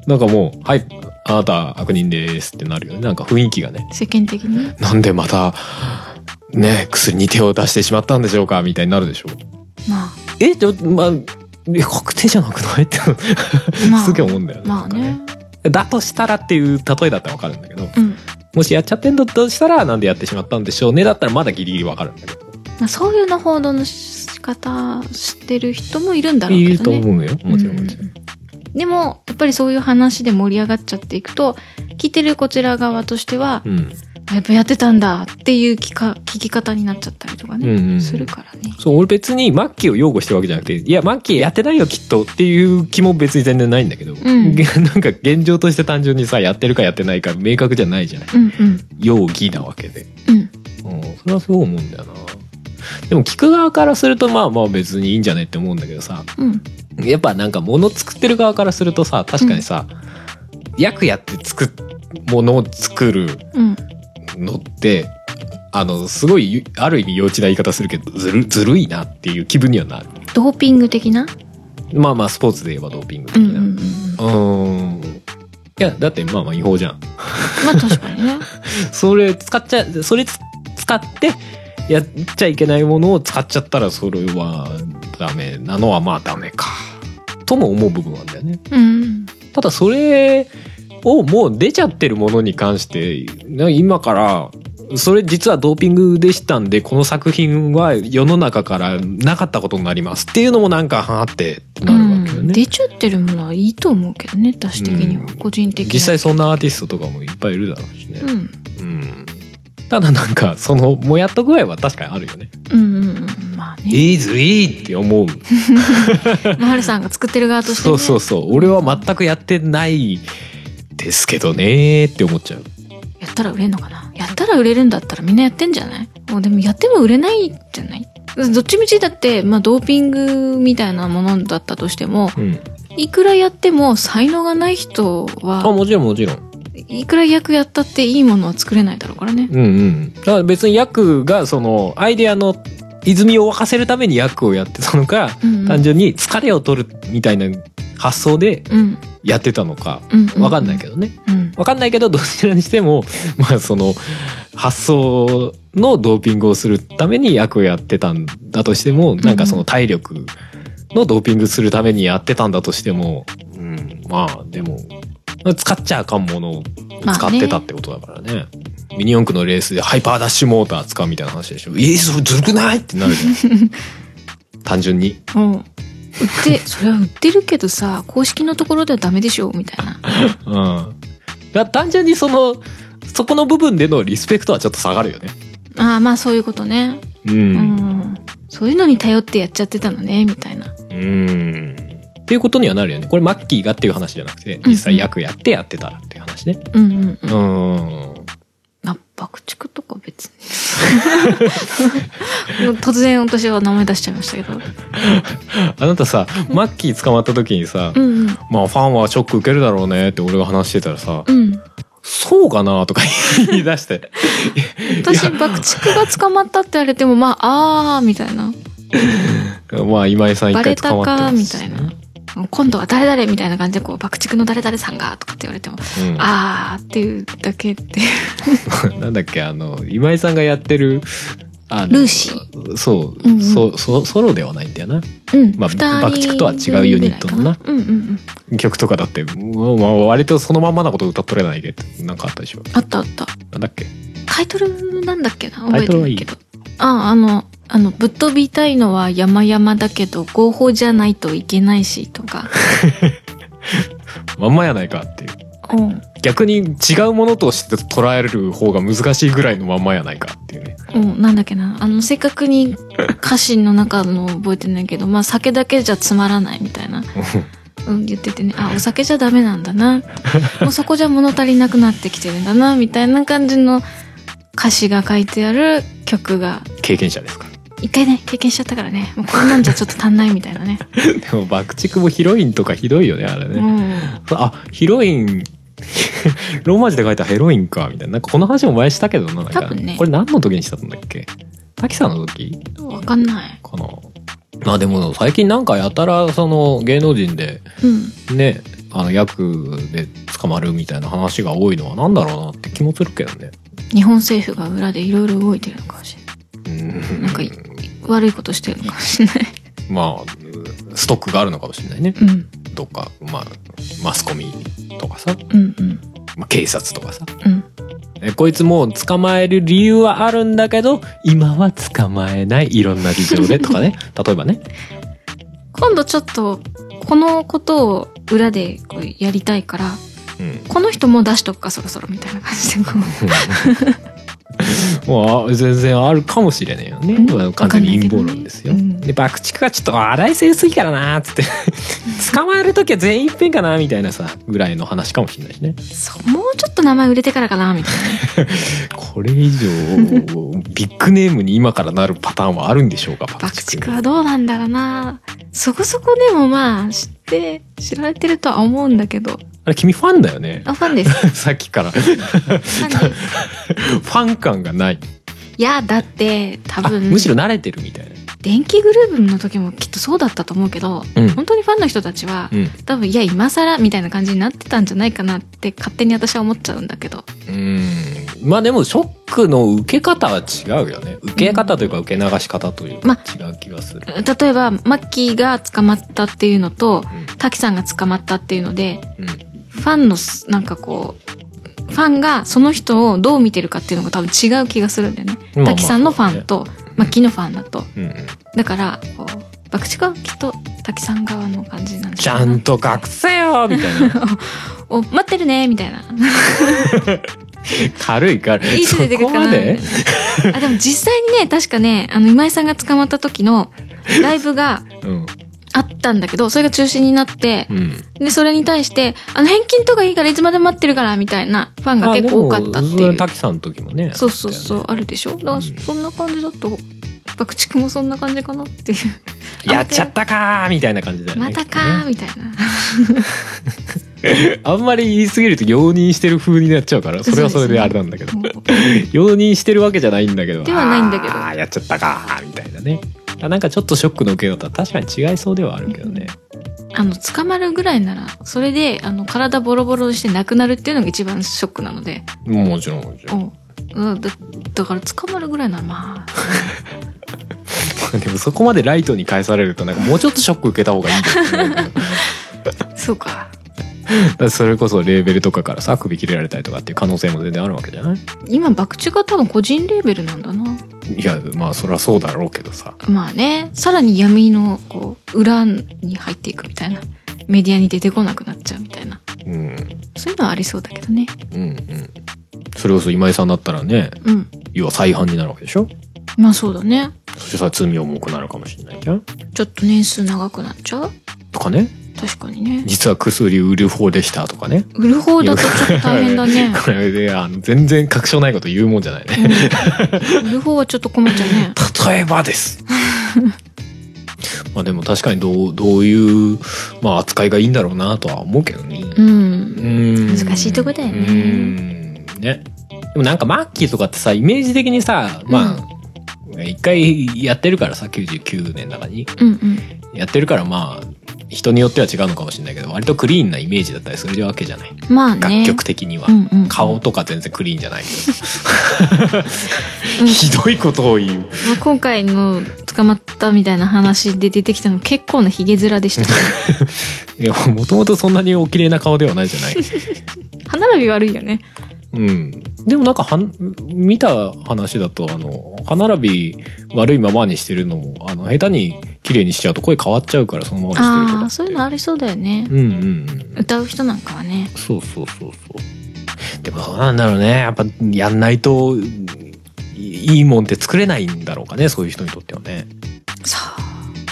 A: なんかもう「はいあなた悪人です」ってなるよねなんか雰囲気がね。
B: 世間的にね。
A: なんでまたね薬に手を出してしまったんでしょうかみたいになるでしょう。
B: まあ、
A: えちょまあえ確定じゃなくないって
B: まあ。
A: すげえ思うんだよね。
B: まあ
A: なん
B: ね
A: か。ねだとしたらっていう例えだったらわかるんだけど。
B: うん。
A: もしやっちゃってんだとしたら、なんでやってしまったんでしょうね。だったらまだギリギリわかるんだけど。
B: まあ、そういうの報道の仕方してる人もいるんだろう
A: い
B: け
A: る
B: ど
A: と
B: ね。
A: 思うのよ。もちろん
B: うん
A: もちろん。
B: でも、やっぱりそういう話で盛り上がっちゃっていくと、聞いてるこちら側としては、
A: うん。
B: あやっぱやってたんだっていう聞か聞き方になっちゃったりとかね、
A: うんうん
B: するからね。
A: そう、俺別にマッキーを擁護してるわけじゃなくて、いや、マッキーやってないよ、きっとっていう気も別に全然ないんだけど、
B: ん
A: なんか現状として単純にさ、やってるかやってないか明確じゃないじゃない。
B: うんうん。
A: 容疑なわけで。
B: うん。
A: うん、それはすごい思うんだよな。でも聞く側からするとまあまあ別にいいんじゃねって思うんだけどさ、
B: うん。
A: やっぱなんか物作ってる側からするとさ確かにさ、役やって作っ物を作る
B: うん。
A: のってあのすごいある意味幼稚な言い方するけどずるずるいなっていう気分にはなる
B: ドーピング的な
A: まあまあスポーツで言えばドーピング
B: う
A: 的
B: んうん
A: な
B: うん。
A: うんんいやだってまあまあ違法じゃん
B: まあ確かにね。
A: それ使っちゃそれつ使ってやっちゃいけないものを使っちゃったらそれはダメなのはまあダメかとも思う部分 なんだよね
B: うん。
A: ただそれをもう出ちゃってるものに関してな今からそれ実はドーピングでしたんでこの作品は世の中からなかったことになりますっていうのもなんかはあって
B: う
A: なるわけよ
B: ん。
A: ね、
B: 出ちゃってるものはいいと思うけどね、私的には。
A: うん
B: 個人的には。
A: 実際そんなアーティストとかもいっぱいいるだろうしね、
B: うん。
A: うんただなんかそのもやっと具合は確かにあるよね
B: うんうんうん。まあ
A: 「
B: ね。
A: いいずいい!」って思う
B: まあはるさんが作ってる側として、ね。
A: そうそうそう俺は全くやってないですけどねーって思っちゃう
B: やったら売れんのかなやったら売れるんだったらみんなやってんじゃないもうでもやっても売れないんじゃないどっちみちだって、まあ、ドーピングみたいなものだったとしても、
A: うん
B: いくらやっても才能がない人
A: あ
B: は、
A: もちろんもちろん
B: いくら役やったっていいものは作れないだろうからね。
A: うんうん、だから別に役がそのアイデアの泉を沸かせるために役をやってたのか、
B: うん、
A: 単純に疲れを取るみたいな発想で
B: うん。
A: やってたのか
B: うん。
A: わかんないけ
B: ど。
A: どね
B: うん。
A: わかんないけどどちらにしても まあその発想のドーピングをするために役をやってたんだとしてもなんかその体力のドーピングするためにやってたんだとしても、うん、まあでも使っちゃあかんものを使ってたってことだからね。ミニ四駆のレースでハイパーダッシュモーター使うみたいな話でしょ。えー、それずるくないってなるじゃ ん。単純に。
B: うん。売って、それは売ってるけどさ、公式のところではダメでしょみたいな。
A: うん。だ単純にその、そこの部分でのリスペクトはちょっと下がるよね。
B: ああ、まあそういうことね。
A: う。
B: うんん。そういうのに頼ってやっちゃってたのね、みたいな。
A: うん。っていうことにはなるよね。これマッキーがっていう話じゃなくて、実際役やってやってたらっていう話ね。
B: うんうんう
A: う
B: ん。
A: ん。
B: あ、爆竹とか別に。もう 突然私は名前出しちゃいましたけど。
A: あなたさ、マッキー捕まった時にさ、
B: うんうん。
A: まあファンはショック受けるだろうねって俺が話してたらさ、
B: うん。
A: そうかなとか 言い出して。
B: 私、爆竹が捕まったって言われても、まあ、あー、みたいな。
A: まあ今井さん一
B: バ
A: 回
B: レた
A: 捕まって
B: か、
A: ます
B: みたいな。今度は誰々みたいな感じで、こう、爆竹の誰々さんが、とかって言われても、あーっていうだけっていう。
A: うん、なんだっけあの今井さんがやってるあの
B: ルーシー。
A: そう、
B: うんうん
A: そそソロではないんだよな
B: うん。
A: まあ
B: 二人
A: 爆竹とは違うユニットのな
B: ぐらいかうんうんうん。
A: 曲とかだって、もうまあ、割とそのまんまなこと歌っとれないでってなんかあったでしょ
B: あったあった。
A: なんだっけ
B: タイトルなんだっけな
A: タ
B: 覚
A: イ
B: え
A: トル
B: て
A: は
B: ない
A: い
B: けど。あ、あの、あの、ぶっ飛びたいのは山々だけど、合法じゃないといけないし、とか。
A: まんまやないかっていう
B: うん。
A: 逆に違うものとして捉える方が難しいぐらいのまんまやないかっていうね
B: うん、なんだっけな。あの、正確に歌詞の中の覚えてないけど、まあ、酒だけじゃつまらないみたいな。うん、言っててね。あ、お酒じゃダメなん だな。もうそこじゃ物足りなくなってきてるんだな、みたいな感じの歌詞が書いてある 曲が。
A: 経験者です か
B: 一回ね、経験しちゃったからね。もうこんなんじゃちょっと足んないみたい なね。
A: でも爆竹もヒロインとかひどいよねあれね、
B: うん。
A: あヒロイン ローマ字で書いたヘロインかみたいななんかこの話も前したけどななんか
B: 多分ね
A: これ何の時にしたんだっけ滝さんの時
B: わかんない。
A: かなまあでも最近なんかやたらその芸能人で
B: うん。
A: ねあの役で捕まるみたいな話が多いのは何だろうなって気もするけどね
B: 日本政府が裏でいろいろ動いてるのかもしれない。
A: うん
B: なんかい悪いことしてるのかもしれない。
A: まあストックがあるのかもしれないね
B: うん。
A: どっかまあマスコミとかさ、
B: うんうん。
A: まあ、警察とかさ
B: うん。
A: えこいつもう捕まえる理由はあるんだけど今は捕まえないいろんな事情でと かね例えばね
B: 今度ちょっと、このことを裏でこうやりたいから、
A: うん
B: この人も出しとくかそろそろみたいな感じでこう。
A: もうあ全然あるかもしれないよね、
B: うん
A: まあ完全に陰謀論ですよ、
B: わかんないけどねうん
A: で爆竹がちょっと荒い性すぎからなーっつって 捕まえる時は全員いっぺんかなみたいなさぐらいの話かもしれないしね
B: そうもうちょっと名前売れてからかな、みたい
A: これ 以上ビッグネームに今からなるパターンはあるんでしょうか
B: な。
A: 爆
B: 爆
A: 竹
B: 竹はどうなんだろうな。そこそこでもまあ、知って、知られてるとは思うんだけど。
A: あれ君ファンだよね
B: あ、ファン です。フ
A: さっきからフ
B: ァンです。
A: ァン感がない
B: いや、だって、多
A: あ
B: 分、
A: むしろ慣れてるみたいな
B: 電気グルーヴの時もきっとそうだったと思うけど、
A: うん
B: 本当にファンの人たちは、
A: うん
B: 多分、いや、今更みたいな感じになってたんじゃないかなって勝手に私は思っちゃうんだけど。
A: うんまあでもショックの受け方は違うよね受け方というか受け流し方というか
B: ま
A: 違う気がする、
B: 例えば、マッキーが捕まったっていうのと、
A: うん
B: タキさんが捕まったっていうので、
A: うん
B: ファンのす、なんかこう、ファンがその人をどう見てるかっていうのが多分違う気がするんだよね。
A: まあまあ
B: タキさんのファンと、マッキーのファンだと。
A: うんうん
B: だから、こう、爆竹はきっとタキさん側の感じなんで
A: ちゃんと隠せよみたい な
B: お、待ってるね、みたいな。
A: 軽い軽い
B: いつ出てくるか
A: そこま
B: な
A: で
B: あ、でも実際にね、確かね、あの、今井さんが捕まった時のライブが
A: うん
B: あったんだけど、それが中止になって、
A: うん
B: で、それに対して、あの、返金とかいいからいつまでも待ってるから、みたいなファンが結構多かったって
A: あで
B: い
A: も
B: う。
A: 滝さんの時もね
B: そうそう
A: う
B: そう、あるでしょだか
A: う
B: ら、
A: ん
B: そんな感じだと、爆竹もそんな感じかなっていう。
A: やっちゃったかーみたいな感じだよね
B: またかー、
A: き
B: みたいな。
A: っとねあんまり言い過ぎると容認してる風になっちゃうからそれはそれであれなんだけど、
B: もう
A: 容認してるわけじゃないんだけど
B: ではないんだけど
A: あーやっちゃったかーみたいなねあなんかちょっとショックの受け方は確かに違いそうではあるけどね、
B: あの、捕まるぐらいなら、それで、あの、体ボロボロにして亡くなるっていうのが一番ショックなので。
A: もちろんもちろ
B: うんん。うんだだから、捕まるぐらいなら、まあ、
A: でもそこまでライトに返されるとなんかもうちょっとショック受けた方がいいんだよ ねだか
B: そうか。
A: らそれこそレーベルとかからさ首切れられたりとかっていう可能性も全然あるわけじゃない
B: 今、爆竹は多分個人レーベルなんだな。
A: いやまあそりゃそうだろうけどさ
B: まあね、さらに闇の、こう、裏に入っていくみたいな。メディアに出てこなくなっちゃうみたいな。
A: うんうん
B: そういうのはありそうだけどね。
A: うんそれこそ今井さんだったらね
B: うん。
A: 要は再犯になるわけでしょ
B: まあそうだね。
A: そしてさ罪重くなるかもしれないじゃん
B: ちょっと年数長くなっちゃう
A: とかね
B: 確かにね。
A: 実は薬売る方でしたとかね
B: 売る方だとちょっと大変だね。
A: これであの全然確証ないこと言うもんじゃないね
B: うん売る方はちょっと困っちゃうね。
A: 例えばです まあでも確かにどうどういう、まあ、扱いがいいんだろうなとは思うけどね
B: うん。
A: 難
B: 難しいとこだよね
A: ねでもなんかマッキーとかってさイメージ的にさまあ、一回やってるからさ99年の中に
B: うんうん。
A: やってるからまあ人によっては違うのかもしれないけど割とクリーンなイメージだったりするわけじゃない、
B: まあね。
A: 楽曲的には、
B: うんうん。
A: 顔とか全然クリーンじゃないけ
B: う
A: ど
B: ん
A: ひどいことを言う
B: まあ今回の捕まったみたいな話で出てきたの結構なヒゲ面でし た。
A: いやもともとそんなにお綺麗な顔ではないじゃない
B: 歯並び悪いよね。
A: うん、でもなんかはん見た話だとあの歯並び悪いままにしてるのもあの下手に綺麗にしちゃうと声変わっちゃうからそのままにしてると
B: あ
A: か
B: あ
A: って
B: そういうのありそうだよね、
A: うんうんうん
B: 歌う人なんかはね
A: そうそうそうそうでもどうなんだろうねやっぱやんないとうんいいいもんって作れないんだろうかねそういう人にとってはね
B: さあ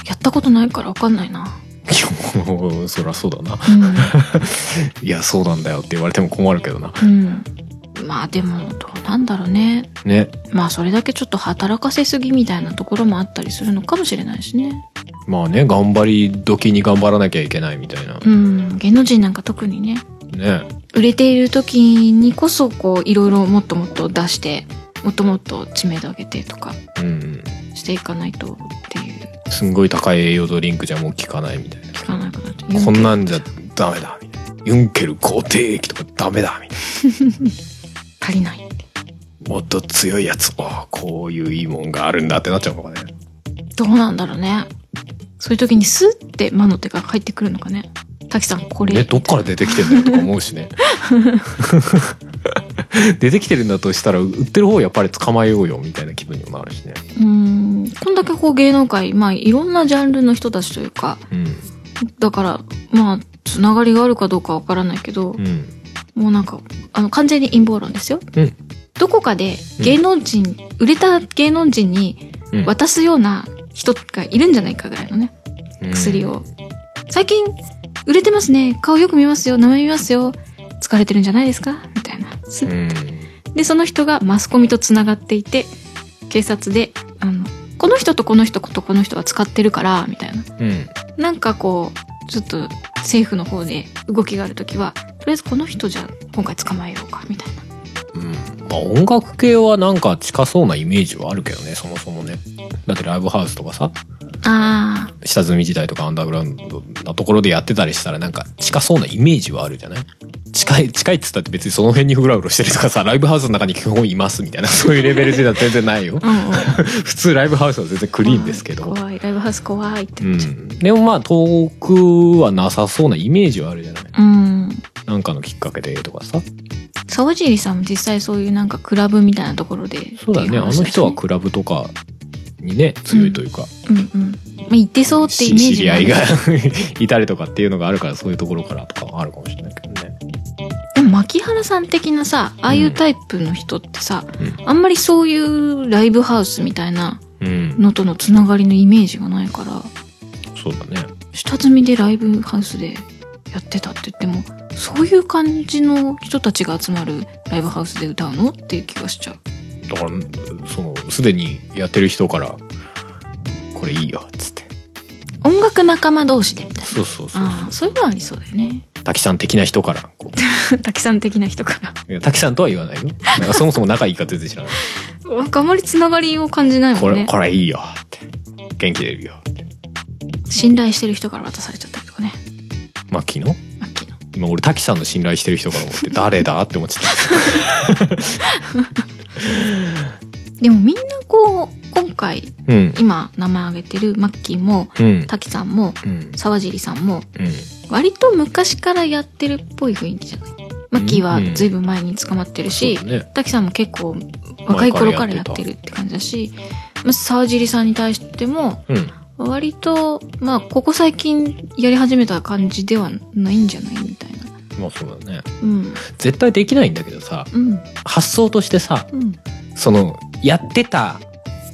B: やったことないから分かんないな、
A: い やそりゃそうだな「いやそうなんだよ」って言われても困るけどな
B: うん、うん、 まあでもどうなんだろうね
A: ね
B: まあそれだけちょっと働かせすぎみたいなところもあったりするのかもしれないしね
A: まあね頑張り時に頑張らなきゃいけないみたいな
B: うん芸能人なんか特にね
A: ね
B: 売れている時にこそこういろいろもっともっと出してもっともっと知名度上げてとか
A: うんうん
B: していかないとっていう
A: すんごい高い栄養ドリンクじゃもう効かないみたい
B: 聞かなくなっちゃ
A: な
B: う
A: こんなんじゃダメだみたいなユンケル肯定液とかダメだみたい
B: 足りないって
A: なもっと強いやつああこういういいもんがあるんだってなっちゃうのかね
B: どうなんだろうねそういう時にスッて魔の手が入ってくるのかね滝さんこれ
A: ねどっから出てきてんだよとか思うしね出てきてるんだとしたら売ってる方やっぱり捕まえようよみたいな気分にもなるしね
B: うんこんだけこう芸能界まあいろんなジャンルの人たちというか
A: うん
B: だからまあつながりがあるかどうかわからないけど、
A: うん
B: もうなんかあの完全に陰謀論ですよ、
A: うん
B: どこかで芸能人、売れた芸能人に
A: うん
B: 渡すような人がいるんじゃないかぐらいのね薬を、最近売れてますね顔よく見ますよ名前見ますよ疲れてるんじゃないですかみたいなす
A: うん
B: でその人がマスコミとつながっていて警察であのこの人とこの人とこの人は使ってるからみたいな
A: うん
B: なんかこう、ちょっと政府の方で動きがあるときは、とりあえずこの人じゃ今回捕まえようか、みたいな。
A: うんまあ、音楽系はなんか近そうなイメージはあるけどねそもそもねだってライブハウスとかさ
B: あ
A: 下積み時代とかアンダーグラウンドなところでやってたりしたらなんか近そうなイメージはあるじゃない近い近いっつったって別にその辺にフラフラしてるとかさライブハウスの中に基本いますみたいなそういうレベルでは全然ないよ
B: あ、うんうん。
A: 普通ライブハウスは全然ク
B: ク
A: リーンですけど
B: 怖い、ライブハウス怖いって
A: う
B: なっちゃう。
A: んでもまあ遠くはなさそうなイメージはあるじゃない
B: うん。
A: なんかのきっかけでとかさ
B: 沢尻さんも実際そういうなんかクラブみたいなところで。
A: そうだねあの人はクラブとかにね強いというか、
B: うんうん。まあ、行ってそうってイ
A: し
B: メー
A: 知
B: ジ
A: り
B: もあ
A: 合
B: る
A: いが いたりとかっていうのがあるからそういうところからとかはあるかもしれないけどね
B: でも牧原さん的なさ、ああいうタイプの人ってさ、
A: う
B: あんまりそういうライブハウスみたいな
A: うん
B: のとのつながりのイメージがないから。
A: そうだね
B: 下積みでライブハウスでやってたって言ってもそういう感じの人たちが集まるライブハウスで歌うのっていう気がしちゃう
A: だからそのすでにやってる人から「これいいよ」っつって
B: 音楽仲間同士でみたいな
A: そうそうそう
B: ああそういうのありそうだよね
A: 滝さん的な人からこう
B: 滝さん的な人から
A: いや滝さんとは言わないよなんかそもそも仲いいか全然知らない
B: なんかあまりつながりを感じない
A: こ
B: もん
A: れ「
B: ね
A: これいいよ」って元気出るよって
B: 信頼してる人から渡されちゃったりとかね
A: まあ昨日
B: マッキーの
A: 今俺滝さんの信頼してる人から思って「誰だ?」って思っちゃった
B: でもみんなこう今回
A: うん
B: 今名前挙げてるマッキーも
A: うん
B: 滝さんも
A: うん
B: 沢尻さんも
A: うん
B: 割と昔からやってるっぽい雰囲気じゃないマッキーは
A: うん
B: ずいぶん前に捕まってるし、
A: そうだね
B: 滝さんも結構若い頃からやってるって感じだし、まあ、沢尻さんに対しても
A: うん
B: 割とまあここ最近やり始めた感じではないんじゃないみたいな
A: まあそうだね
B: うん
A: 絶対できないんだけどさ
B: うん
A: 発想としてさ
B: うん
A: そのやってた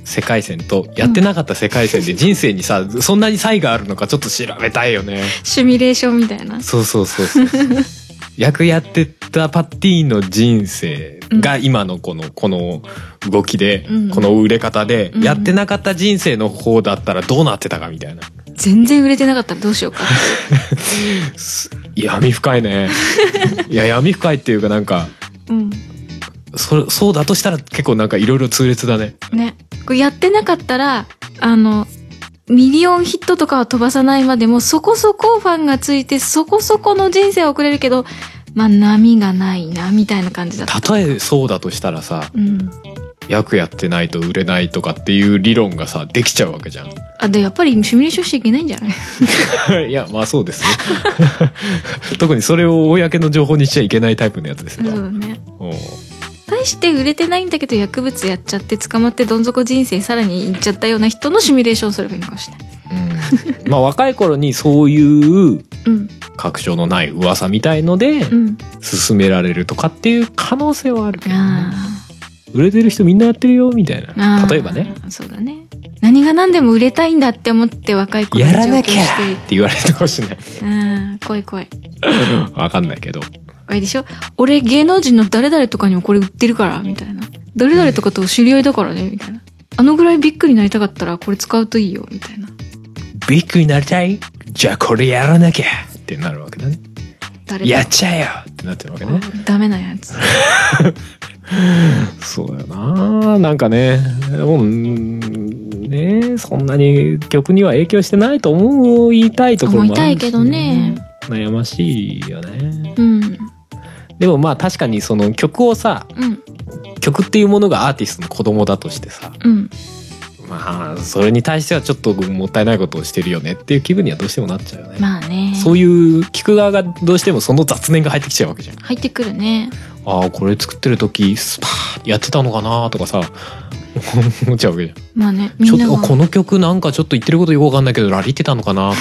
A: 世界線とやってなかった世界線 で人生にさ、そんなに差異があるのかちょっと調べたいよね
B: シミュレーションみたいな
A: そうそうそうそう 役やってたパッティーンの人生が今のこのこの動きで、
B: うん
A: この売れ方で、
B: うん
A: やってなかった人生の方だったらどうなってたかみたいな
B: 全然売れてなかったらどうしようかって
A: す闇深い ねいや闇深いっていうかなんか
B: うん
A: そそうだとしたら結構なんかいろいろ痛烈だね
B: ねこれやってなかったらあのミリオンヒットとかは飛ばさないまでもそこそこファンがついてそこそこの人生は送れるけどまあ波がないなみたいな感じだった
A: たとえそうだとしたらさ
B: うん
A: 役やってないと売れないとかっていう理論がさできちゃうわけじゃん
B: あでやっぱりシミュレーションしちゃいけないんじゃない
A: いやまあそうですね 特にそれを公の情報にしちゃいけないタイプのやつです
B: そう
A: ね、
B: だね
A: おう
B: 大して売れてないんだけど薬物やっちゃって捕まってどん底人生さらにいっちゃったような人のシミュレーションをすればいいのかもしれない
A: うん、まあ若い頃にそういう
B: うん
A: 確証のない噂みたいので
B: うん
A: 進められるとかっていう可能性はあるけどね、
B: あ
A: 売れてる人みんなやってるよみたい
B: ーあ
A: な
B: ー
A: 例えばね
B: そうだね何が何でも売れたいんだって思って若い子に
A: やらなきゃ
B: 上京
A: って言われてほしいね
B: してうん怖い怖い
A: わかんないけど
B: あれでしょ俺芸能人の誰々とかにもこれ売ってるからみたいな誰々とかと知り合いだからねみたいなあのぐらいビッグになりたかったらこれ使うといいよみたいな
A: ビッグになりたいじゃあこれやらなきゃってなるわけだね
B: 誰
A: や
B: だ
A: っちゃえよってなってるわけね
B: ダメなやつ
A: そうだよななんかねもううんねそんなに曲には影響してないと思いたいところもある
B: 思いたいけどね
A: うん悩ましいよね
B: うん
A: でもまあ確かにその曲をさ
B: うん
A: 曲っていうものがアーティストの子供だとしてさ
B: うん
A: まあそれに対してはちょっともったいないことをしてるよねっていう気分にはどうしてもなっちゃうよね、
B: まあね
A: そういう聞く側がどうしてもその雑念が入ってきちゃうわけじゃん
B: 入ってくるね
A: ああこれ作ってる時スパーやってたのかなとかさ 思っちゃうわけじゃん
B: まあね
A: ち
B: み
A: ょ
B: ん
A: っ
B: な
A: と
B: が
A: この曲なんかちょっと言ってることよくわかんないけどラリってたのかなとか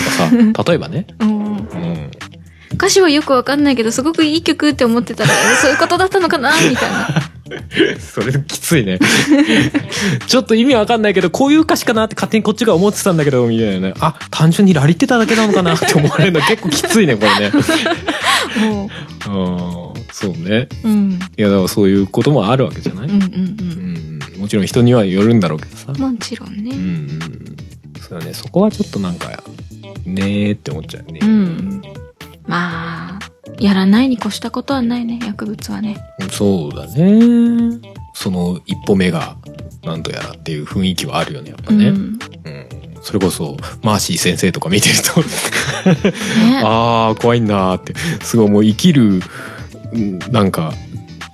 A: さ例えばね、
B: うん
A: うん、
B: 歌詞はよくわかんないけどすごくいい曲って思ってたらそういうことだったのかなみたい な
A: それきついね ちょっと意味わかんないけどこういう歌詞かなって勝手にこっちが思ってたんだけどみたいなねあ単純にラリってただけなのかなって思われる の結構きついねこれね
B: も
A: うんそうね
B: う、うん、
A: いやだからそういうこともあるわけじゃない、
B: うんうんう
A: うんん、もちろん人にはよるんだろうけどさ、
B: もちろん
A: う
B: ね
A: んうん、そうだねそこはちょっとなんかねえって思っちゃうね、
B: うんまあやらないに越したことはないね薬物はね
A: そうだねその一歩目がなんとやらっていう雰囲気はあるよねやっぱね、う
B: う
A: ん
B: ん、ね
A: それこそマーシー先生とか見てると ああ怖いんだーってすごいもう生きるうんなんか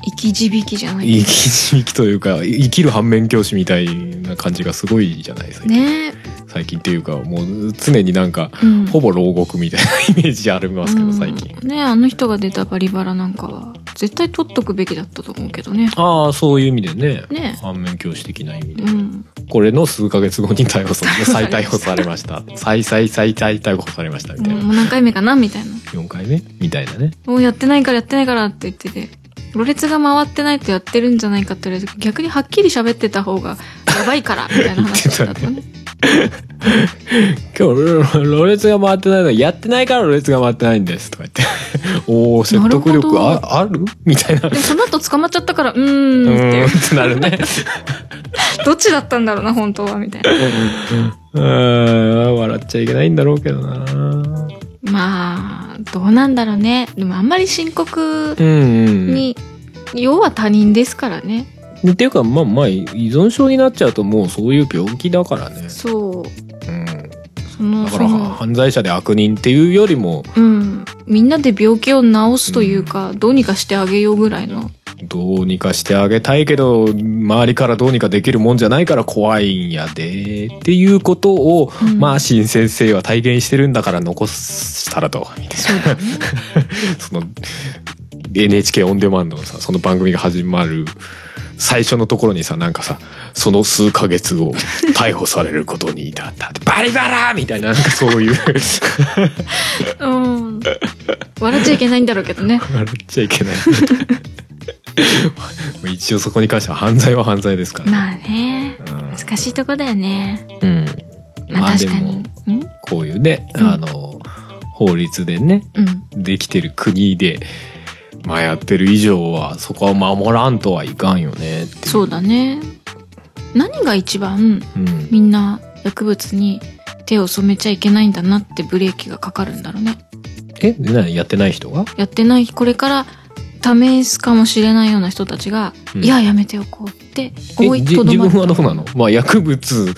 B: 生き字引きじゃない
A: 生き生きというか生きる反面教師みたいな感じがすごいじゃない最近,、
B: ね
A: 最近っていうかもう常になんか
B: うん
A: ほぼ牢獄みたいなイメージありますけど最近、
B: うんねあの人が出たバリバラなんかは絶対取っとくべきだったと思うけどね
A: ああそういう意味でね
B: ね
A: 反面教師的な意味で、
B: うん
A: これの数ヶ月後に逮捕され再
B: 逮捕されました
A: 逮捕されました再再再再逮捕されましたみたいな、
B: もう何回目かなみたいな
A: 4回目みたいなね
B: もうやってないからやってないからって言ってて。ろれつが回ってないとやってるんじゃないかって言われて逆にはっきり喋ってた方がやばいからみたいな話だっ たね。
A: 今日ろろれつが回ってないのやってないからろれつが回ってないんですとか言っておお説得
B: なるほ
A: 力
B: ど
A: ああるみたいな
B: でもその後捕まっちゃったから、う
A: う
B: ーんってい
A: ーん
B: う
A: ってなるね
B: どっちだったんだろうな、本当は、みたいな。
A: うーん笑っちゃいけないんだろうけどな
B: まあ、どうなんだろうね。でもあんまり深刻
A: うんうん
B: に、要は他人ですからね。
A: っていうかまあまあ依存症になっちゃうともうそういう病気だからね
B: そう。
A: うん
B: その、
A: だから
B: その
A: 犯罪者で悪人っていうよりも
B: うん。みんなで病気を治すというか、どうにかしてあげようぐらいの。
A: どうにかしてあげたいけど周りからどうにかできるもんじゃないから怖いんやでっていうことを、
B: うん
A: マーシン先生は体現してるんだから残したらどうみたい
B: そうだね。
A: な その NHK オンデマンドのさその番組が始まる最初のところにさなんかさその数ヶ月後逮捕されることに至ったってバリバラみたいななんかそういう
B: うん。笑っちゃいけないんだろうけど ね。
A: 笑っちゃいけない一応そこに関しては犯罪は犯罪ですから、
B: まあね。
A: うん
B: 難しいとこだよね。
A: うん。
B: まあ確かに。うん
A: こういうね、
B: うん
A: あの、法律でね、
B: うん。
A: できてる国で、まあやってる以上は、そこは守らんとはいかんよねっていう。
B: そうだね。何が一番
A: うん。
B: みんな薬物に手を染めちゃいけないんだなってブレーキがかかるんだろうね。
A: え、でなやってない人が
B: やってない、これから試すかもしれないような人たちが、
A: うん
B: いや、やめておこうって
A: え
B: 思い
A: じ
B: と
A: 自
B: どま
A: 分はど
B: る。
A: うなのまあ薬物ん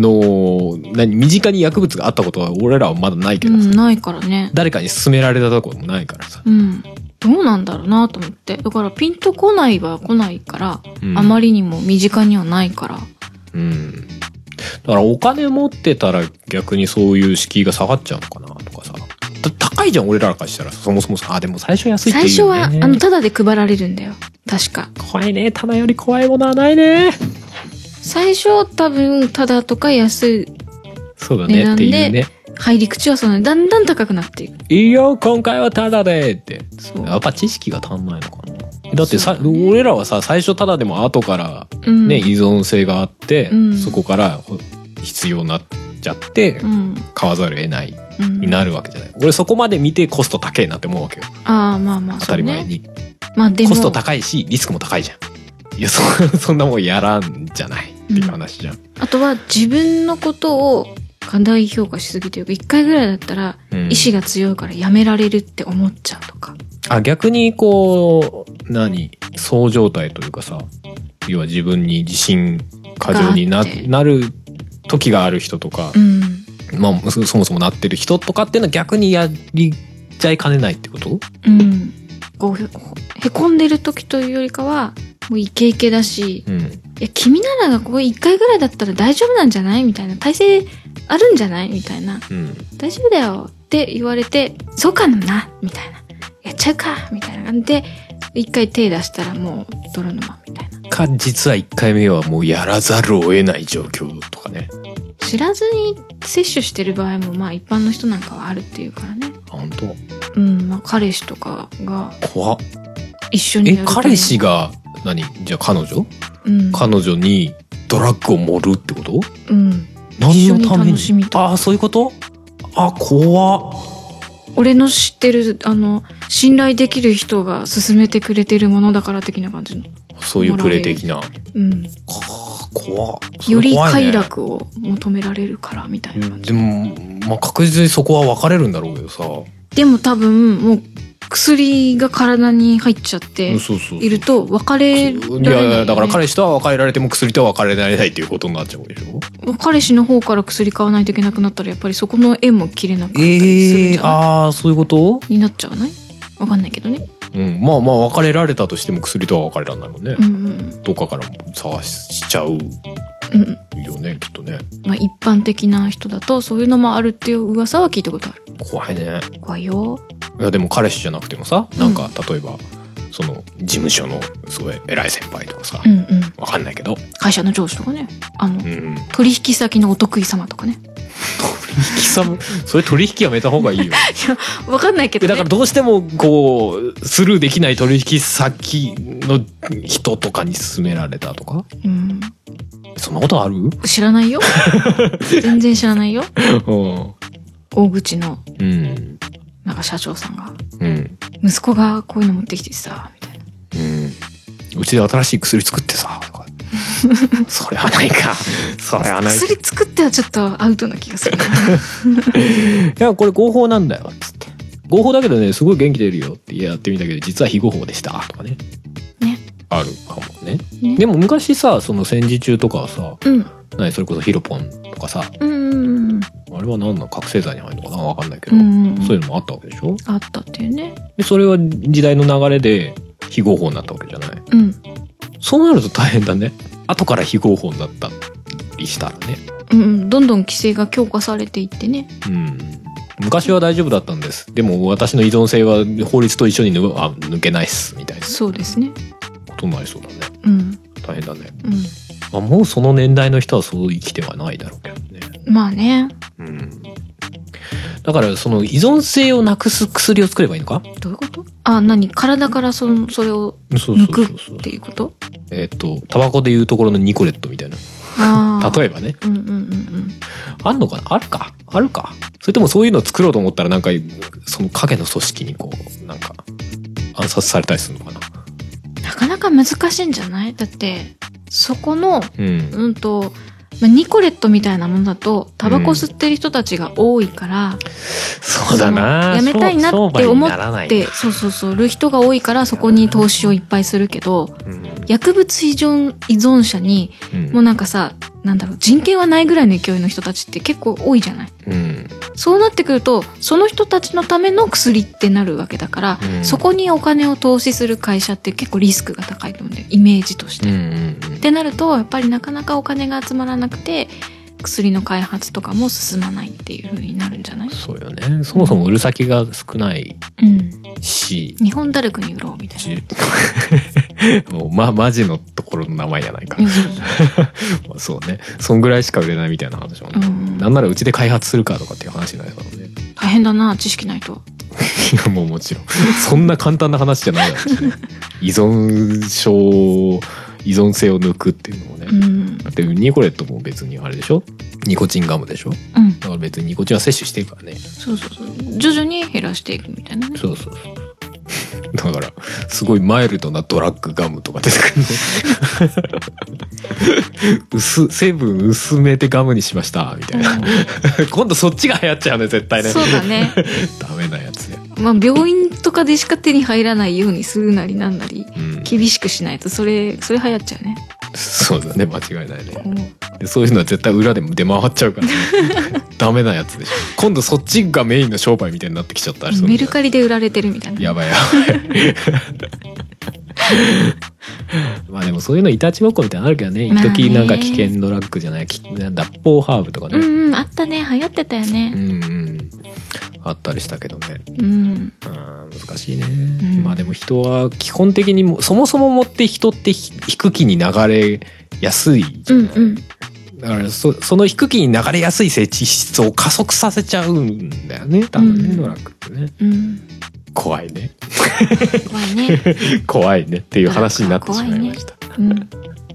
A: の、何、身近に薬物があったことは俺らはまだないけ
B: う
A: どさ、
B: ん、ないからね。
A: 誰かに勧められたとこもないからさ。
B: うん。どうなんだろうなと思って。だからピンとこないは来ないから、
A: うん
B: あまりにも身近にはないから。
A: うん。だからお金持ってたら逆にそういう敷居が下がっちゃうのかなとかさ。だ高いじゃん、俺らからしたら。そもそもさ。あ、でも最初安いって
B: 最
A: いい
B: 初
A: よ
B: は、あ
A: ね。
B: の、タダで配られるんだよ。確か。
A: 怖いね。棚より怖いものはないね。
B: 最初多分タダとか安い
A: そうだ
B: 値
A: ね。
B: 段
A: っ
B: で
A: ていうね。
B: 入り口はそのだんだん高くなっていく。
A: いいよ、今回はタダでって。
B: そう。
A: やっぱ知識が足んないのかな。だってさ、
B: そうだね
A: 俺らはさ、最初タダでも後から
B: うん、
A: ね、依存性があって、
B: うん
A: そこから必要になっちゃって
B: う、ん。
A: 買わざるを得ない、
B: うん
A: になるわけじゃない。俺そこまで見てコスト高えなって思うわけよ。
B: ああ、まあまあ、
A: 当たり
B: そ
A: 前
B: うね
A: に。
B: まあでも、
A: コスト高いしリスクも高いじゃんいやそ そんなもんやらんじゃないっていう話じゃん、
B: あとは自分のことを過大評価しすぎというか、一回ぐらいだったら、
A: うん
B: 意志が強いからやめられるって思っちゃうとか。
A: あ逆にこう何そう状態というかさ要は自分に自信過剰に
B: があ
A: な
B: って
A: なる時がある人とか
B: う、ん。
A: まあ、そそもそもなってる人とかっていうのは逆にやりちゃいかねないってこと
B: うん。こう、へへこんでる時というよりかは、もうイケイケだし、
A: うん
B: いや、君ならがここ一回ぐらいだったら大丈夫なんじゃないみたいな。体勢あるんじゃないみたいな。
A: うん
B: 大丈夫だよって言われて、そうかなみたいな。やっちゃうかみたいな感じで、一回手出したらもう泥沼みたいな。
A: か実は1回目はもうやらざるを得ない状況とかね
B: 知らずに摂取してる場合もまあ一般の人なんかはあるっていうからね。
A: あ本当
B: うん、まあ彼氏とかが
A: 怖っ
B: 一緒に
A: え
B: やると
A: 彼氏が何じゃあ彼女
B: うん、
A: 彼女にドラッグを盛るってこと
B: うん。
A: 何の
B: 一
A: た
B: 緒
A: めに
B: に楽しみと
A: ああそういうことあ怖っ
B: 俺の知ってる、あの、信頼できる人が勧めてくれてるものだから的な感じの。
A: そういうプレイ的なか
B: うん。
A: あ怖っそれ
B: より
A: 怖いね
B: 快楽を求められるからみたいな感じ。
A: でも、まあ、確実にそこは分かれるんだろうけどさ、
B: でも多分、もう薬が体に入っちゃって
A: うんそうそう
B: いると別れられない、
A: いやいやだから彼氏とは別れられても薬とは別れられないっていうことになっちゃうでしょ
B: 彼氏の方から薬買わないといけなくなったらやっぱりそこの縁も切れなかったりするんじゃない、
A: ああそういうこと
B: になっちゃわないわかんないけどね。
A: うんまあまあ別れられたとしても薬とは別れられないもんね、
B: うんうん
A: どっかからも探しちゃう
B: うんうん。
A: よねきっとね
B: まあ一般的な人だとそういうのもあるっていう噂は聞いたことある。
A: 怖いね
B: 怖いよ。
A: いやでも彼氏じゃなくてもさなんか例えば、その事務所のすごい偉い先輩とかさ、
B: うんうん。
A: わかんないけど、
B: 会社の上司とかね。あ
A: う
B: の、
A: ん、
B: 取引先のお得意様とかね。
A: 貴様 それ取引やめた方が いいよ
B: わかんないけど、
A: で
B: ね。
A: だからどうしてもこうスルーできない取引先の人とかに勧められたとか
B: うん。
A: そんなことある
B: 知 らないよ。全然知らないよ。
A: うん
B: 大口の
A: うん
B: なんか社長さんが。
A: うん
B: 息子がこういうの持ってきてさ、みたいな。
A: うんうちで新しい薬作ってさ とかそれはないかそれはないか
B: 薬作ってはちょっとアウトな気がするな。
A: いや、これ合法なんだよ、つって。合法だけどね、すごい元気出るよってやってみたけど、実は非合法でした、とかね。
B: ね。
A: あるかもね。
B: ね
A: でも昔さ、その戦時中とかはさ、
B: うん。
A: 何それこそヒロポンとかさ、
B: うんうん
A: あれは何なの覚醒剤に入るのかなわかんないけ
B: う
A: ど、
B: ん。うん。
A: そういうのもあったわけでしょ
B: あったっていうね。
A: で、それは時代の流れで非合法になったわけじゃない
B: うん。
A: そうなると大変だね。後から非合法になったりしたらね。
B: うんうん。どんどん規制が強化されていってね。
A: うん。昔は大丈夫だったんです。でも私の依存性は法律と一緒に抜あ抜けないっす、みたいな。
B: そうですね。
A: ことになりそうだね
B: うん。
A: 大変だね、
B: う
A: まあ、もうその年代の人はそう生きてはないだろうけどね
B: ん。まあね。
A: うんだからその依存性をなくす薬を作ればいいのか
B: どういうことあ、何体からその、それを
A: そう
B: 抜くっていうこと
A: えっ、とタバコでいうところのニコレットみたいな
B: ああ。
A: 例えばね
B: うんうんうんうん。
A: あんのかなあるかあるかそれともそういうのを作ろうと思ったらなんかその影の組織にこうなんか暗殺されたりするのかな
B: なかなか難しいんじゃないだって、そこの、
A: うん
B: うんと、まあ、ニコレットみたいなものだと、タバコ吸ってる人たちが多いから、
A: そうだな
B: やめたいなって思
A: っ
B: で、そうそうそう、売る人が多いから、そこに投資をいっぱいするけど、
A: うん
B: 薬物依存依存者に、
A: うん
B: もうなんかさ、なんだろう、人権はないぐらいの勢いの人たちって結構多いじゃない。
A: うん
B: そうなってくると、その人たちのための薬ってなるわけだから、
A: うん
B: そこにお金を投資する会社って結構リスクが高いと思うんだよ、イメージとして。
A: うんうん
B: ってなるとやっぱりなかなかお金が集まらなくて薬の開発とかも進まないっていう風になるんじゃない
A: うん、そうよねそもそも売る先が少ない
B: うん
A: し
B: 日本ダルクに売ろうみたいな
A: じもうまマジのところの名前じゃないか、まあそうねそんぐらいしか売れないみたいな話も
B: う
A: ね、
B: ん、
A: なんならうちで開発するかとかっていう話になりますもんね
B: 大変だな知識ないと
A: いやもうもちろんそんな簡単な話じゃないだろうしね依存症を依存性を抜くっていうのもね、
B: うん
A: だってニコレットも別にあれでしょニコチンガムでしょ
B: うん
A: だから別にニコチンは摂取してるからね
B: そうそうそう徐々に減らしていくみたいなね
A: そうそうそうだからすごいマイルドなドラッグガムとか出てくるの 薄成分薄めてガムにしましたみたいな今度そっちが流行っちゃうね絶
B: う
A: 対
B: ん
A: ね
B: そうだね、
A: ダメなやつね
B: まあ、病院とかでしか手に入らないようにするなりなんなり
A: うん
B: 厳しくしないとそれそれ流行っちゃうね、
A: そうだね間違いないね
B: うん
A: でそういうのは絶対裏でも出回っちゃう から、ね、ダメなやつでしょ今度そっちがメインの商売みたいになってきちゃったりするんだ
B: メ
A: よ
B: ルカリで売られてるみたいな
A: やばい やばい。まあでもそういうのいたちごっこみたいなのあるけどね。一
B: まあね
A: 時なんか危険ドラッグじゃない、きなんだ脱法ハーブとか
B: う
A: ね。
B: んうんあったね流行ってたよ
A: う
B: ね
A: んうん。あったりしたけどね。
B: うん
A: あー難しいね、
B: ん
A: まあでも人は基本的にもそもそも持って人ってひ引く気に流れやすいじゃない、
B: うんうん
A: だからそその引く気に流れやすい性質を加速させちゃうんだよね多分ね、
B: うん
A: ドラッグってね
B: うん
A: 怖いね
B: 怖いね。
A: 怖いねっていう話になってしまいました、
B: うん、
A: ま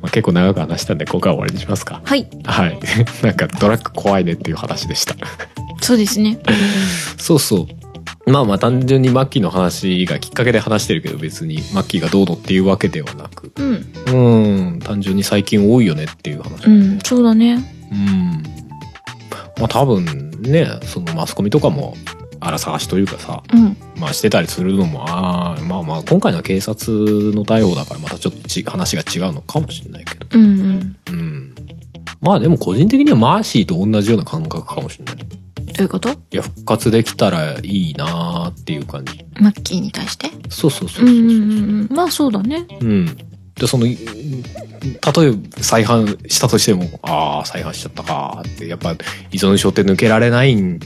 A: あ、結構長く話したんで今回は終わりにしますか
B: はい、
A: はい なんかドラッグ怖いねっていう話でした
B: そうですね。
A: そうそうまあまあ単純にマッキーの話がきっかけで話してるけど別にマッキーがどうのっていうわけではなく
B: うん、
A: うん単純に最近多いよねっていう話
B: う
A: うん
B: ん、そうだね。
A: まあ多分ねそのマスコミとかも荒探しというかさ
B: うん、
A: まあしてたりするのもあーまあまあ今回のは警察の逮捕だからまたちょっとち話が違うのかもしれないけど
B: うん、うん、
A: うんまあでも個人的にはマーシーと同じような感覚かもしれない。
B: どういうこと？
A: いや、復活できたらいいなーっていう感じ。
B: マッキーに対して？
A: そうそうそううそ
B: ん、
A: う
B: う
A: そう。
B: ん、うん、まあそうだね。
A: うん。で、その、例えば再犯したとしても、ああ、再犯しちゃったかーって、やっぱ依存症って抜けられないん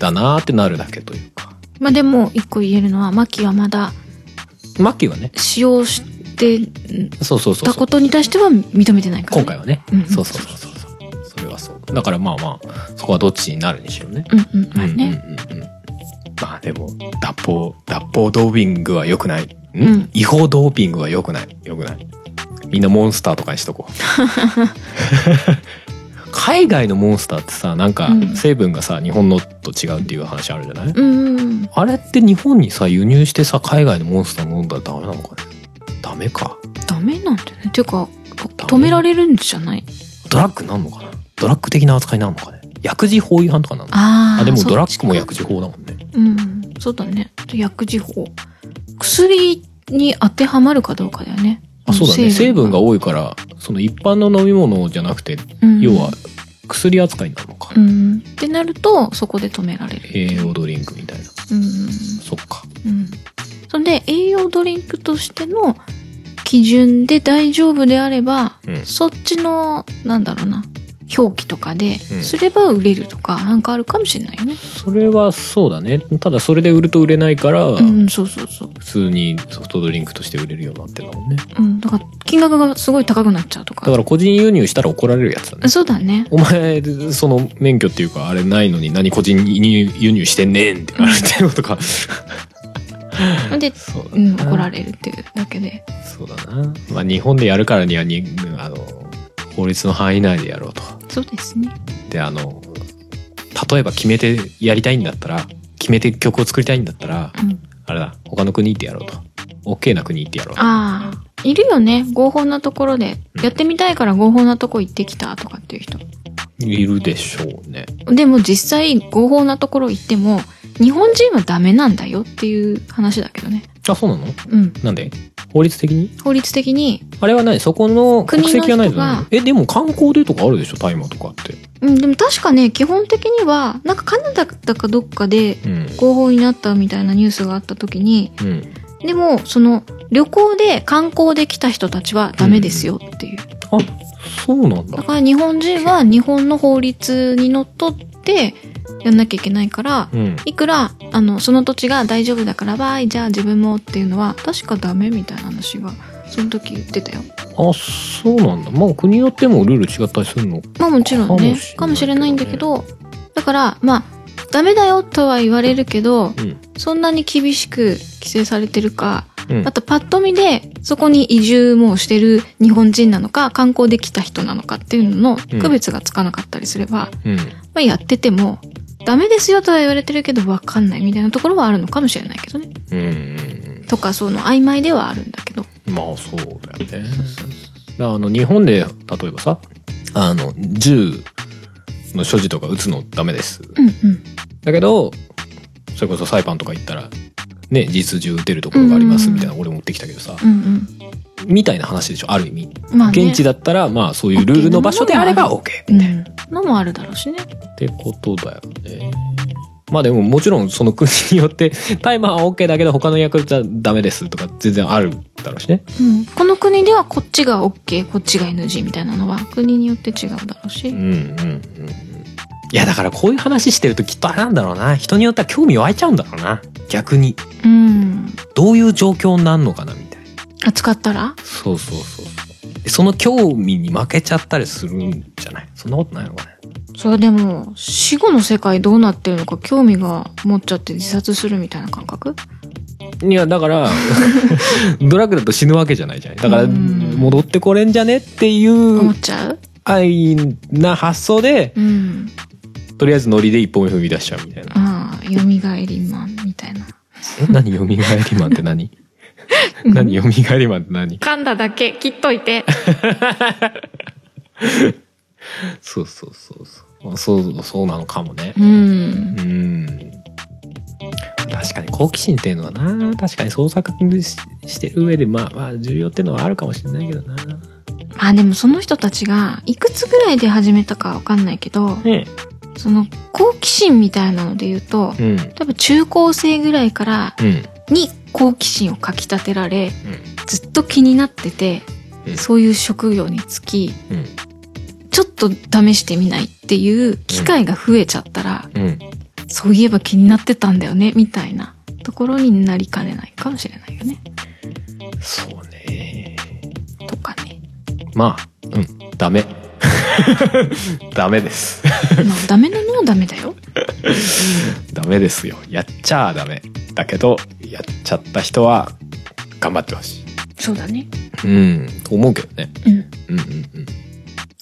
A: だなーってなるだけというか。
B: まあでも一個言えるのはマッキーはまだ
A: マッキーはね、
B: 使用してうん
A: そうそうそう
B: た
A: そう。
B: ことに対しては認めてないから、
A: 今回はね、
B: うん
A: そうそうそうそうそう。それはそう。だからまあまあ、そこはどっちになるにしろね。
B: 回。うん、うん、まあね。
A: うんうんうんうん。まあでも、脱法、脱法ドーピングは良くない。ん、
B: うん
A: 違法ドーピングは良くない。良くない。みんなモンスターとかにしと こう。海外のモンスターってさ、なんか
B: うん
A: 成分がさ、日本のと違うっていう話あるじゃない、
B: うん、うん、
A: あれって日本にさ、輸入してさ、海外のモンスター飲んだらダメなのかねダメか。
B: ダメなんだよね。ていうか
A: ダメ
B: 止められるんじゃない？
A: ドラッグなんのかなドラッグ的な扱いになるのかね薬事法違反とかなの
B: ああ。
A: あ、でも
B: そっ
A: ド
B: ち
A: ラッグも薬事法だもんね。
B: うん、そうだね。薬事法。薬に当てはまるかどうかだよね。
A: あそうだね成分が
B: 多い。
A: 多いからその一般の飲み物じゃなくて、
B: うん
A: 要は薬扱いになるのか、
B: うん。ってなると、そこで止められる。
A: 栄養ドリンクみたいな
B: うん。
A: そっか
B: うん。そんで、栄養ドリンクとしての基準で大丈夫であれば、
A: うん
B: そっちの、なんだろうな、表記とか
A: う
B: で
A: ん、
B: すれば売れるとか、なんかあるかもしれないよね。
A: それはそうだねただそれで売ると売れないから、
B: うん、そうそうそう。
A: 普通にソフトドリンクとして売れるようになってるもんね
B: うん。だから、金額がすごい高くなっちゃうと
A: だ
B: か。
A: から個人輸入したら怒られるやつだね
B: そうだね。
A: お前その免許っていうかあれないのに何個人輸入してんねんって言われてるのとか
B: で、
A: そうだ
B: うん、怒ら
A: れ
B: れるっていうだけで。
A: そうだな、まあ、日本でやるからにはにあの法律の範囲内でやろうと
B: そうですね。
A: であの例えば決めてやりたいんだったら決めて曲を作りたいんだったら
B: うん。
A: あれだ他の国行ってやろうと OK な国行ってやろうと
B: ああ。いるよね。合法なところで。やってみたいから合法なとこ行ってきたとかっていう人。
A: いるでしょうね
B: でも実際合法なところ行っても、日本人はダメなんだよっていう話だけどね。
A: あそうなの
B: うん。
A: なんで法律的に
B: 法律的に、
A: あれは何そこの国
B: 国の人が
A: 籍はないじゃないのえでも観光でとかあるでしょ大麻とかって
B: うん、でも確かね基本的にはなんかカナダだかどっかで
A: うん
B: 合法になったみたいなニュースがあった時に
A: うん
B: でもその旅行で観光で来た人たちはダメですよっていう、
A: あそうなんだ
B: だから日本人は日本の法律にのっとってやんなきゃいけないから
A: うん
B: いくらあのその土地が大丈夫だからバイじゃあ自分もっていうのは確かダメみたいな話がその時言ってたよ
A: あそうなんだまあ国によってもルール違ったりするの
B: まあもちろんね
A: か
B: か
A: も
B: も
A: し
B: し
A: れ
B: れ
A: な
B: ないい
A: ん
B: ん
A: だ
B: だ
A: け
B: け
A: ど
B: どだからまあダメだよとは言われるけど
A: うん
B: そんなに厳しく規制されてるか、
A: うん
B: あとパッと見でそこに移住もしてる日本人なのか観光できた人なのかっていうのの
A: うん
B: 区別がつかなかったりすれば、
A: うん
B: まあ、やっててもダメですよとは言われてるけど分かんないみたいなところはあるのかもしれないけどね
A: うんうん
B: とかその曖昧ではあるんだけど
A: うんまあそうだよねあの日本で例えばさあの銃の所持とか撃つのダメです
B: うんうん
A: だけどそれこそサイパンとか行ったらね実銃撃てるところがありますみたいな、俺持ってきたけどさ
B: うん
A: みたいな話でしょある意味、
B: うんまあね
A: 現地だったらまあそういうルールの場所であれば OK
B: う
A: みたいな、
B: んのもあるだろうしね
A: ってことだよねまあでももちろんその国によってタイマーは OK だけど他の薬物はダメですとか全然あるだろうしね
B: うん、この国ではこっちが OK こっちが NG みたいなのは国によって違うだろうし、
A: うんうんうんいやだからこういう話してるときっとあれなんだろうな人によっては興味湧いちゃうんだろうな逆に
B: うん、
A: どういう状況になるのかなみたいな
B: 扱ったら
A: そうそうそう。その興味に負けちゃったりするんじゃないそんなことないのかね。
B: それでも死後の世界どうなってるのか興味が持っちゃって自殺するみたいな感覚
A: いや、だから、 ドラッグだと死ぬわけじゃないじゃない。だから、
B: うん
A: 戻ってこれんじゃねってい
B: 思
A: う
B: っちゃう
A: 愛な発想で、
B: うん
A: とりあえずノリで一本踏み出しちゃうみたいな。
B: ああよみがえりマンみたいな
A: え何蘇りマンって何何蘇りマンって何
B: 噛んだだけ切っといて
A: そうそうそうそう。そう、そうなのかもね。
B: うん
A: うん。確かに好奇心っていうのはな、確かに創作にししてる上で、まあまあ重要っていうのはあるかもしれないけどな。
B: まあでもその人たちがいくつぐらいで始めたかわかんないけど
A: ね
B: その好奇心みたいなので言うと
A: うん。
B: 多分中高生ぐらいから
A: うん。
B: に好奇心をかきたてられ
A: う
B: ずっと気になってて
A: うん
B: そういう職業に就き
A: ん。
B: ちょっと試してみないっていう機会が増えちゃったら、
A: うん。
B: そういえば気になってたんだよねみたいなところになりかねないかもしれないよね
A: そうね。
B: とかね、
A: まあ、うん。ダメ。 ダメです。
B: まあ、ダ メなのはダメだよ
A: ダメですよ。やっちゃダメ。だけど、やっちゃった人は、頑張ってほしい。
B: そうだね
A: うん。と思うけどね。
B: うん
A: うんうん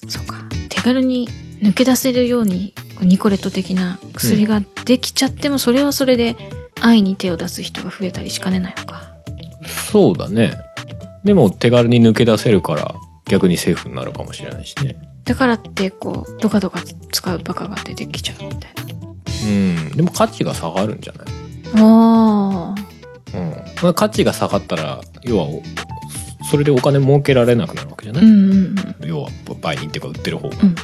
A: うん。
B: そうか手軽に抜け出せるようにこうニコレット的な薬ができちゃっても、それはそれで愛に手を出す人が増えたりしかねないのか
A: そうだね。でも手軽に抜け出せるから逆にセーフになるかもしれないしね。
B: だからってこうドカドカ使うバカが出てきちゃうみたいな
A: うん。でも価値が下がるんじゃない
B: あ
A: うん。まあ、価値が下がったら、要はお、それでお金儲けられなくなるわけじゃな
B: あう
A: い、
B: んうんうん
A: 要は、売人っていうか売ってる方が。
B: うんうん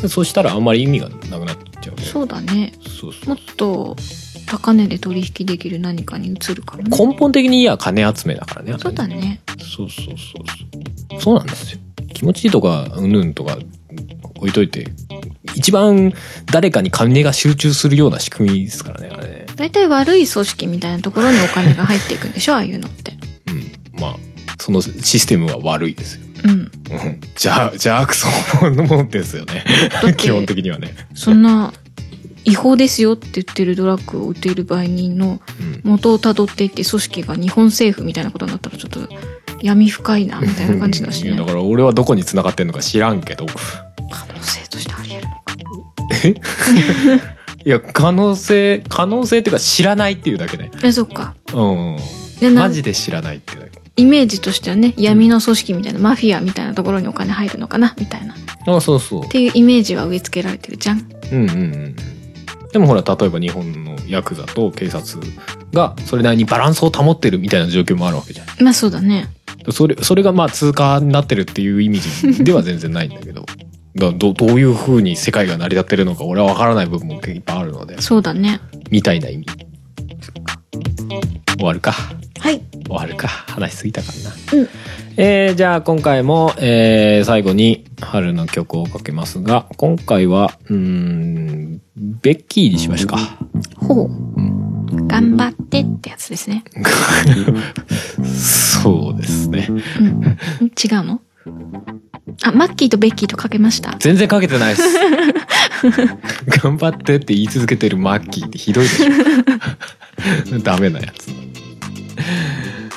A: でそうしたらあんまり意味がなくなっちゃうね
B: そうだね
A: そうそ
B: も
A: う
B: っ。と高値で取引できる何かに移るからね
A: 根本的にいや金集めだからね。
B: そうだ。ね
A: そうそうそうそう。そうなんですよ。気持ちいいとか、うんぬんとか、置いといて、一番誰かに金が集中するような仕組みですからね、あれね。
B: 大体悪い組織みたいなところにお金が入っていくん でしょああいうのって
A: うん、まあそのシステムは悪いですよ。
B: うん
A: うん、じゃあじゃあクソのものですよね
B: だっ
A: 基本
B: て
A: 的にはね。
B: そんな違法ですよって言ってるドラッグを売っている売人の
A: うん
B: 元をたどっていって組織が日本政府みたいなことになったらちょっと闇深いなみたいな感じだし
A: いや
B: ね
A: だから俺はどこに繋がってんのか知らんけど
B: 可能性としてありえるのか
A: いや可能性可能性っていうか知らないっていうだけね、
B: えそっか
A: うん
B: でな
A: マジで知らないっていうだけ
B: イメージとしてはね闇の組織みたいなマフィアみたいなところにお金入るのかなみたいな
A: あそうそう
B: っていうイメージは植え付けられてるじゃん。
A: うんうんうんでもほら例えば日本のヤクザと警察がそれなりにバランスを保ってるみたいな状況もあるわけじゃん
B: まあそうだね。
A: それそれがまあ通貨になってるっていうイメージでは全然ないんだけど だどどういうふうに世界が成り立ってるのか俺は分からない部分も結構いっぱいあるので
B: そうだね。
A: みたいな意味終わるか
B: はい。
A: 終わるか話しすぎたからな、
B: うん
A: えーじゃあ今回も、えー最後に春の曲をかけますが今回はうーんベッキーにしましょうか
B: ほう。頑張ってってやつですね。
A: そうですね
B: うん。ん違うのあ、マッキーとベッキーとかけました。
A: 全然かけてないです 頑張ってって言い続けてるマッキーってひどいでしょダメなやつ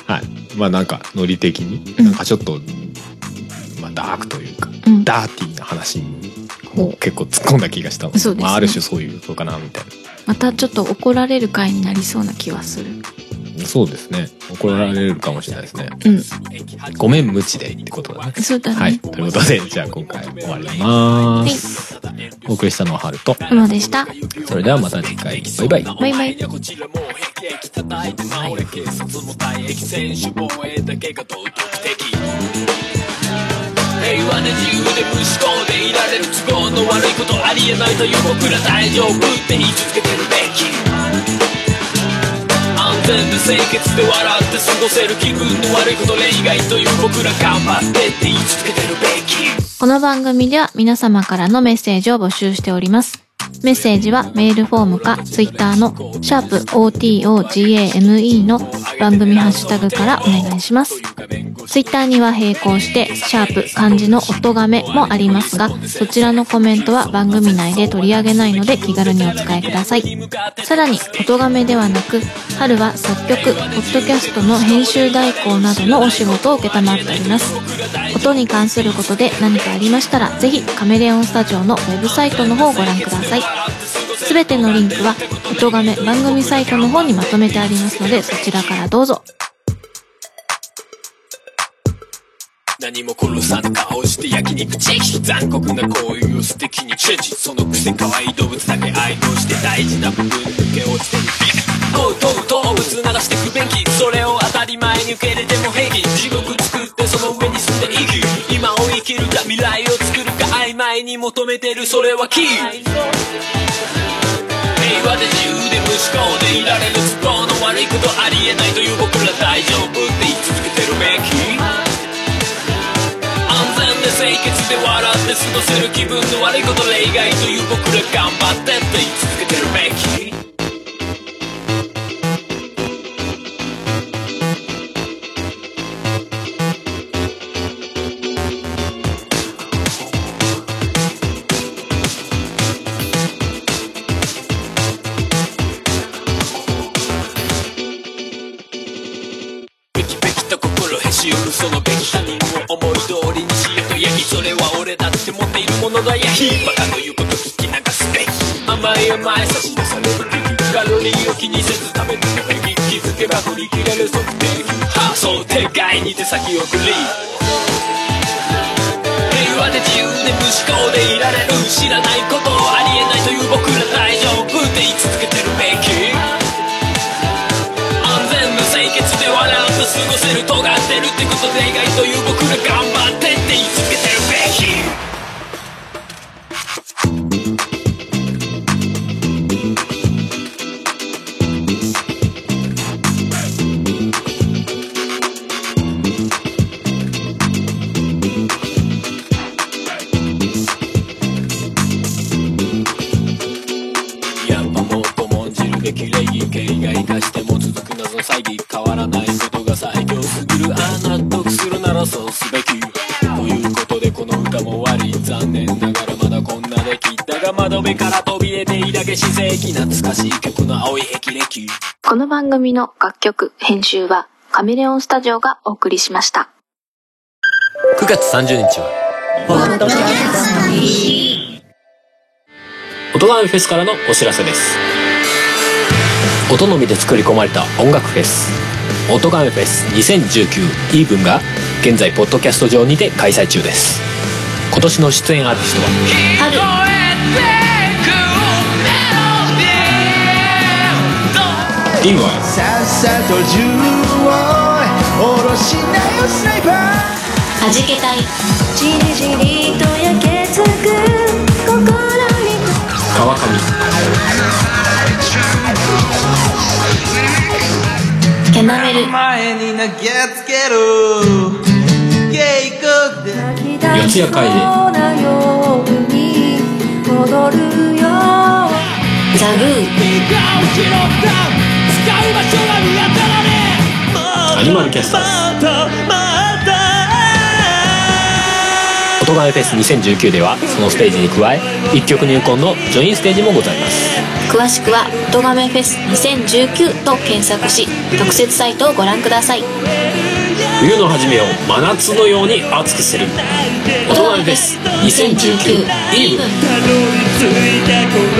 A: はいまあなんかノリ的に
B: うん
A: なんかちょっと、まあ、ダークというか
B: うん。
A: ダーティーな話に
B: ほう
A: 結構突っ込んだ気がしたので
B: そうですね
A: まあ、ある種そういうことかなみたい
B: またちょっと怒られる回になりそうな気はする。
A: なそうですね怒られるかもしれないですね
B: うん。
A: ごめん無知でってことだね
B: そうだね。
A: はいということでじゃあ今回終わります、お送りしたのはハルと
B: うのでした。
A: それではまた次回バイバイ
B: バイバイ。
C: こちらも辟易叩いて治れ警察も退役選手防衛だけが道徳的平和で自由で無思考でいられる都合の悪いことありえないという僕ら大丈夫って言い続けてるべき安全で清潔で笑って過ごせる気分の悪いこと例外という僕ら頑張ってって言い続けてるべき
B: この番組では皆様からのメッセージを募集しております。メッセージはメールフォームかツイッターのシャープ o t o g a m e の番組ハッシュタグからお願いします。ツイッターには並行して、シャープ漢字の音亀もありますが、そちらのコメントは番組内で取り上げないので気軽にお使いください。さらに、音亀ではなく、春は作曲、ポッドキャストの編集代行などのお仕事を承っております。音に関することで何かありましたら、ぜひカメレオンスタジオのウェブサイトの方をご覧ください。すべてのリンクは、音亀番組サイトの方にまとめてありますので、そちらからどうぞ。
C: 何も殺さぬ顔して焼肉チェキ残酷な行為を素敵にチェンジそのくせ可愛い動物だけ愛用して大事な部分抜け落ちてるおうとう動物流してくべきそれを当たり前に受け入れても平気地獄作ってその上に住んで生きる今を生きるか未来を作るか曖昧に求めてるそれはキー平和で自由で無思考でいられる都合の悪いことありえないという僕ら大丈夫って言い続けてるべき安全で清潔で笑って過ごせる気分の悪いこと例外という僕ら頑張ってって言い続けてるべきべきべきと心へし折るそのべき他人を思い通りにしようとやきそれは俺だって持っているものだやひバカの言うこと聞き流すべき甘い甘い差し出されるべきカロリーを気にせず食べてるべき気づけば振り切れる測定発想手外に手先送り平和で自由で無思考でいられる知らないことありえないという僕ら大丈夫って言い続けてるべき安全無清潔で笑うと過ごせる尖ってるってことで意外という僕ら頑張ってって言い続けてるべきやっぱもっと重んじるべき礼儀形が生かしても続く謎の詐欺変わらないことが最強すぎるああ納得するならそうすべきということでこの歌も終わり残念ながらまだこんな出来だが窓辺から飛び出ていだけ自然気懐かしい曲の青い霹靂
B: この番組の楽曲、編集はカメレオンスタジオがお送りしました。
C: 9月30日は
A: 音ガメフェスからのお知らせです音のみで作り込まれた音楽フェス音ガメフェス2019イーブンが現在ポッドキャスト上にて開催中です今年の出演アーティストはリムワン
D: さっさと銃をおろしなよスナイパー
E: はじけたい
F: じりじりと焼けつく心に
A: 川上
E: キャナメル
D: 前に投げつけるゲイコで
F: 泣き出しそうなように戻るよ
E: ザグー
A: アニマルキャスターズ音亀フェス2019ではそのステージに加え一曲入魂のジョインステージもございます
E: 詳しくは「音亀フェス2019」と検索し特設サイトをご覧ください
A: 冬の初めを真夏のように熱くする音亀フェス2019イーブン
G: たどり着いたこの